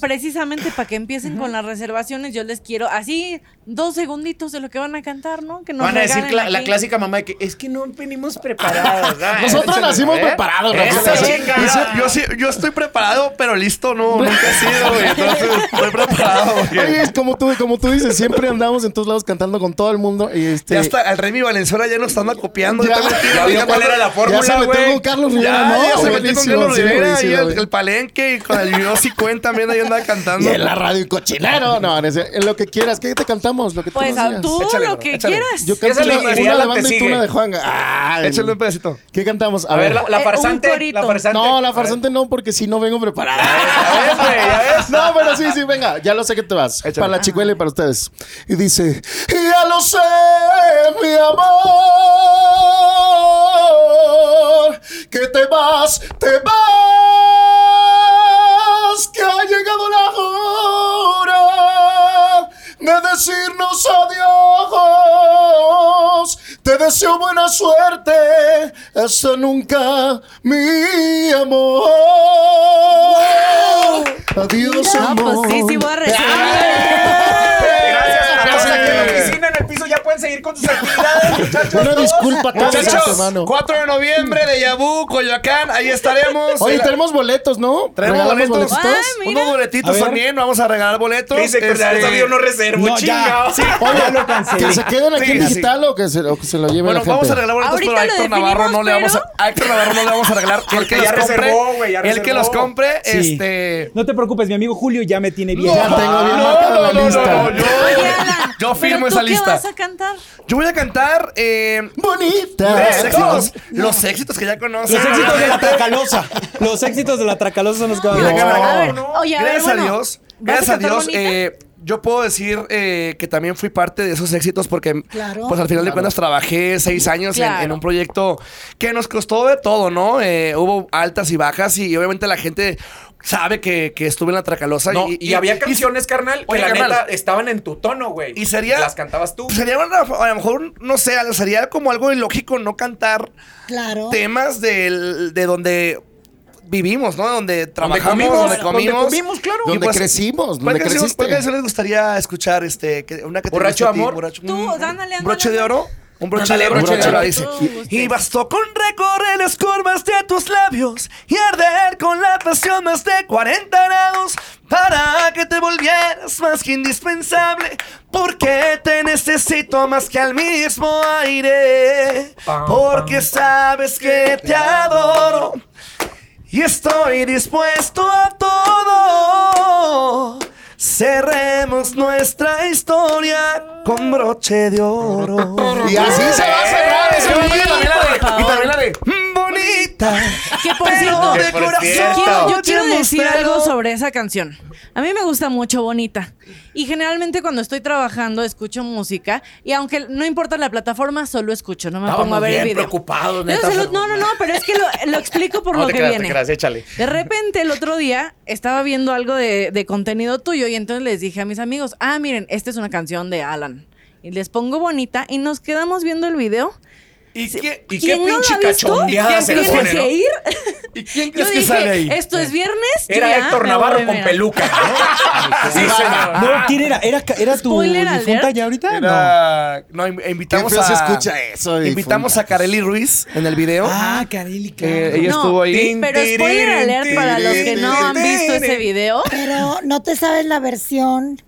S6: Pero precisamente para que empiecen con las reservaciones, yo les quiero así dos segunditos de lo que van a cantar, ¿no? Que nos
S9: Van a decir
S6: regalen
S9: cla- la
S6: aquí.
S9: clásica mamá de que es que no venimos preparados. ¿verdad?
S8: Nosotros
S9: Échale,
S8: nacimos
S9: ¿eh?
S8: preparados,
S9: Eso,
S8: Rafa.
S9: sí,
S5: Yo,
S9: cabrón.
S5: sí- yo sí- yo estoy preparado, pero listo, no, nunca he sido, güey. Entonces, estoy preparado, güey.
S8: Oye, es como tú, como tú dices, siempre andamos en todos lados cantando con todo el mundo. Y este,
S5: Ya está, al Remy Valenzuela ya lo están acopiando.
S8: Ya.
S5: Ya, está metido
S9: Ya vio
S5: ahorita
S9: cuál
S5: con-
S9: era la
S8: ya
S9: fórmula,
S8: se metió
S9: güey.
S8: con Carlos
S5: Ya,
S8: Rivera,
S5: ya
S8: ¿no?
S5: se metió con
S8: Buenísimo,
S5: Carlos
S8: sí,
S5: Rivera y
S8: buenísimo,
S5: el,
S8: güey.
S5: el palenque y con el Yossi Cuen también ahí anda
S8: Y
S5: cantando.
S8: en la radio cochinero. No, en, ese- en lo que quieras. ¿Qué te cantamos? Lo que tú
S6: Pues
S8: nos
S6: a-
S8: digas.
S6: tú
S5: Échale,
S6: lo
S5: bro,
S6: que
S5: échale.
S6: quieras.
S8: Yo
S9: Esa
S8: canto
S9: es la
S8: una, una
S9: inmediata,
S8: de
S9: te
S8: banda y tú
S9: sigue.
S8: una de Juan. Ay,
S5: Échale un pedacito.
S8: ¿Qué cantamos?
S9: A ver, la, la
S6: Eh, un
S9: farsante. la
S6: corito.
S9: farsante.
S8: No, la farsante no, porque si no vengo preparada.
S9: Ya ves, güey, ya ves. Ah.
S8: No, pero sí, sí, venga, ya lo sé que te vas. Para la chicuela y para ustedes. Y dice, ya lo sé, mi amor, que te vas, te vas, que ha llegado la hora de decirnos adiós. Te deseo buena suerte, hasta nunca, mi amor. Adiós,
S6: No,
S8: amor. ¡Eh!
S6: pues sí, sí
S8: Ah,
S6: voy a
S9: Gracias a todos
S8: Gracias.
S9: aquí en la oficina, en el piso. Ya pueden seguir con sus actividades, muchachos.
S8: Una disculpa a todos
S5: Muchachos,
S8: los hermanos.
S5: 4 de noviembre de Yabú, Coyoacán, ahí estaremos.
S8: Oye,
S5: Era-
S8: tenemos boletos, ¿no?
S5: Traemos
S8: ¿Regalamos
S5: boletos.
S6: Ay, Ah, mira.
S5: unos boletitos
S4: A ver.
S5: también, vamos a regalar boletos.
S9: Dice que
S5: Este,
S9: yo no reservo,
S4: No, ya.
S9: chingado.
S8: Oye,
S4: lo cancelé.
S8: que se queden aquí
S5: Sí,
S8: en
S5: sí.
S8: digital o, que se, o que se lo lleven
S5: Bueno,
S8: la gente.
S5: vamos a regalar boletos,
S6: Ahorita
S5: pero a
S6: lo
S5: Héctor
S6: definimos,
S5: Navarro no le vamos a.
S6: pero-
S5: A Héctor Navarro no le vamos a regalar. El que
S9: ya
S5: los compre,
S9: reservó, güey, ya
S5: el que
S9: reservó.
S5: los compre,
S4: Sí.
S5: este.
S4: No te preocupes, mi amigo Julio ya me tiene bien.
S8: Ya tengo bien marcada la lista.
S5: yo,
S6: Oye, Alan,
S5: yo firmo
S6: ¿pero
S5: esa
S6: tú
S5: lista.
S6: ¿Qué vas a cantar?
S5: Yo voy a cantar eh,
S8: Bonita.
S5: los éxitos, los éxitos que ya conocen.
S4: Los éxitos de la Tracalosa. Los éxitos de la Tracalosa son los que van
S6: No.
S4: a
S5: Ya,
S6: A ver,
S5: no.
S6: oye, a ver,
S5: gracias
S6: bueno,
S5: a Dios,
S6: ¿vas a
S5: gracias a,
S6: cantar
S5: Dios,
S6: bonita?
S5: eh, yo puedo decir eh, que también fui parte de esos éxitos porque,
S1: Claro.
S5: pues al final de cuentas, trabajé seis años en- en,
S6: Claro.
S5: un proyecto que nos costó de todo, ¿no? Eh, hubo altas y bajas y obviamente la gente sabe que, que estuve en la Tracalosa.
S9: No, y, había canciones, carnal, que
S5: Oye,
S9: la
S5: carnal.
S9: neta estaban en tu tono, güey.
S5: Y sería-
S9: Las cantabas tú.
S5: Sería una- a lo mejor, no sé, sería como algo ilógico no cantar
S1: Claro.
S5: temas del- de donde vivimos, ¿no? Donde trabajamos,
S9: comimos,
S5: donde
S9: donde
S5: comimos.
S9: comimos, claro.
S5: Y
S8: Donde crecimos,
S5: ¿Cuál
S8: donde
S5: canción,
S8: creciste.
S5: cuál canción les gustaría escuchar? Este, que- una que te
S9: Borracho
S5: guste a ti,
S9: amor.
S5: borracho-
S6: Tú,
S5: un-
S6: ándale, ándale,
S5: ¿Un broche de
S6: ándale.
S5: oro? Un broche
S9: Ándale,
S5: de oro,
S9: broche de
S5: broche de oro,
S9: oro.
S5: dice.
S6: Tú buscas.
S5: Y bastó con recorrer las curvas de tus labios y arder con la pasión más de 40 grados para que te volvieras más que indispensable. Porque te necesito más que al mismo aire.
S9: Pam,
S5: Porque
S9: pam.
S5: sabes que te adoro. Y estoy dispuesto a todo. Cerremos nuestra historia con broche de oro.
S8: Y así se va a
S9: Eh,
S8: cerrar ese video.
S5: Y también la de bonita.
S6: Que por
S5: Pero
S6: cierto,
S5: de corazón
S6: yo quiero, yo
S5: te
S6: quiero decir
S5: mostraré.
S6: algo sobre esa canción. A mí me gusta mucho Bonita. Y generalmente cuando estoy trabajando escucho música y aunque no importa la plataforma, solo escucho, no me pongo a ver el video.
S9: preocupados,
S6: Yo se lo- no, no, no, pero es que lo, lo explico por
S9: No,
S6: lo
S9: te
S6: que
S9: creas, te
S6: viene.
S9: creas, échale.
S6: De repente el otro día estaba viendo algo de, de contenido tuyo y entonces les dije a mis amigos, ah, miren, esta es una canción de Alan. Y les pongo bonita y nos quedamos viendo el video.
S9: ¿Y qué, y qué
S6: ¿Quién no
S9: pinche
S6: la ha visto?
S9: cachondeada
S6: ¿Quién
S9: se les
S6: tiene
S9: pone, ¿no?
S6: que ir?
S5: ¿Y quién
S6: Yo
S5: crees que sale ahí?
S6: dije, esto es viernes. yo
S9: Era
S6: ya
S9: Héctor
S6: me voy
S9: Navarro
S6: a
S9: con
S6: ver".
S9: peluca. ¿no? Sí, señor.
S4: No, ¿quién era? ¿Era, era tu
S6: Spoiler
S4: difunta
S6: alert.
S4: ya ahorita? No.
S5: Era- no. in- invitamos
S8: Qué feo
S5: a
S8: se escucha eso de
S5: Invitamos
S8: difunta.
S5: a Kareli Ruiz en el video.
S4: Ah, Carelli, claro.
S5: Eh, ella
S6: No,
S5: estuvo ahí.
S6: Pero spoiler alert para los que no han visto ese video.
S1: Pero no te sabes la versión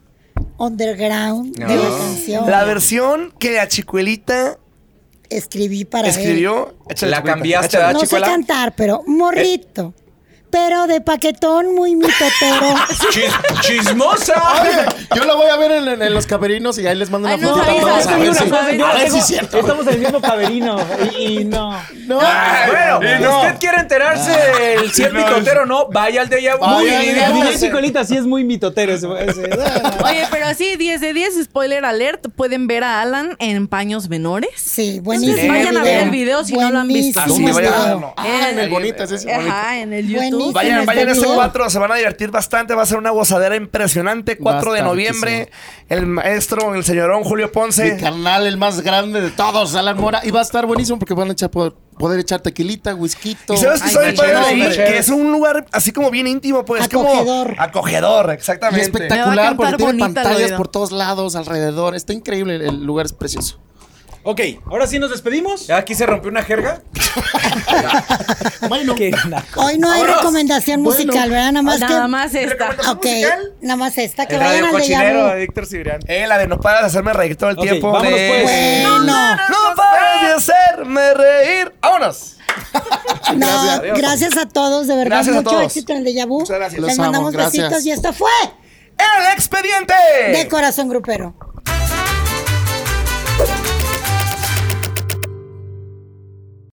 S1: underground de la canción.
S5: La versión que a Chicuelita
S1: Escribí para él.
S5: escribió. Ah, Échale,
S9: La
S5: Chicuelita,
S9: cambiaste,
S5: échale.
S9: ¿verdad?
S1: No sé
S9: Chicuela?
S1: cantar, pero morrito. Pero de paquetón muy mitotero.
S9: Chis- ¡Chismosa!
S8: Oye, yo lo voy a ver en, en- en los caperinos y ahí les mando una
S6: Ay, no
S8: foto a
S6: sabía,
S8: todos a
S6: sabía
S8: ver
S6: una
S8: si,
S6: foto, yo
S8: a
S6: la
S8: ver si
S6: tengo.
S8: es cierto.
S4: Estamos en el mismo camerino y, y no.
S8: No.
S9: Ah, bueno,
S5: Y no.
S9: usted quiere enterarse del si es
S5: no.
S9: picotero o no, vaya al de ella.
S8: Muy
S4: Oye,
S8: bien,
S4: mira,
S8: vamos a
S4: Miguel
S8: hacer-
S4: Chicolita sí es muy mitotero. ese- ese.
S6: Oye, pero sí, 10 de 10, spoiler alert, pueden ver a Alan en paños menores.
S1: Sí, buenísimo.
S6: Entonces, vayan a ver el video si no lo han visto.
S1: Buenísimo
S5: Ah, sí, vayan a
S1: video.
S5: verlo.
S8: Ah, en el bonita, sí, sí, bonita.
S6: Ajá, en el YouTube.
S1: Buenísimo
S5: Vayan,
S1: este
S5: vayan este
S1: video.
S5: 4, se van a divertir bastante, va a ser una gozadera impresionante. 4 de
S8: Bastantísimo.
S5: noviembre, el maestro, el señorón Julio Ponce.
S8: Mi carnal, el más grande de todos, Alan Mora. Y va a estar buenísimo porque van a echar, poder, poder echar tequilita, whisky.
S5: Y sabes que
S6: Ay,
S5: sabe
S6: qué
S5: padre
S6: chévere,
S5: ahí,
S6: qué
S5: que es un lugar así como bien íntimo, pues
S1: Acogedor.
S5: como acogedor,
S8: Y
S5: exactamente.
S6: Me va a
S8: espectacular porque
S6: cantar
S8: tiene
S6: bonita el
S8: pantallas
S6: oído.
S8: por todos lados, alrededor. Está increíble, el lugar es precioso.
S4: Ok, ahora sí nos despedimos.
S3: Ya aquí se rompió una jerga.
S4: Bueno,
S1: Hoy no hay recomendación musical, ¿verdad? Nada más
S6: Nada
S1: que.
S6: más esta.
S1: Ok, nada más esta. Que
S3: El
S1: vayan
S3: radio
S1: al de
S3: cochinero de
S1: Yabu.
S3: Víctor Cibrián.
S5: Eh, la de no paras de hacerme reír todo el
S4: Ok,
S5: tiempo.
S4: vámonos,
S5: de-
S4: pues.
S1: Bueno,
S5: No paras de hacerme reír. Vámonos.
S1: no,
S8: Gracias,
S1: gracias,
S8: adiós.
S1: a todos, de verdad.
S5: Gracias a
S1: mucho
S5: todos.
S1: éxito en el de Yabu.
S5: Muchas gracias.
S1: Les
S8: Los amo,
S1: mandamos
S8: gracias.
S1: besitos y esto fue
S5: El expediente.
S1: De Corazón Grupero.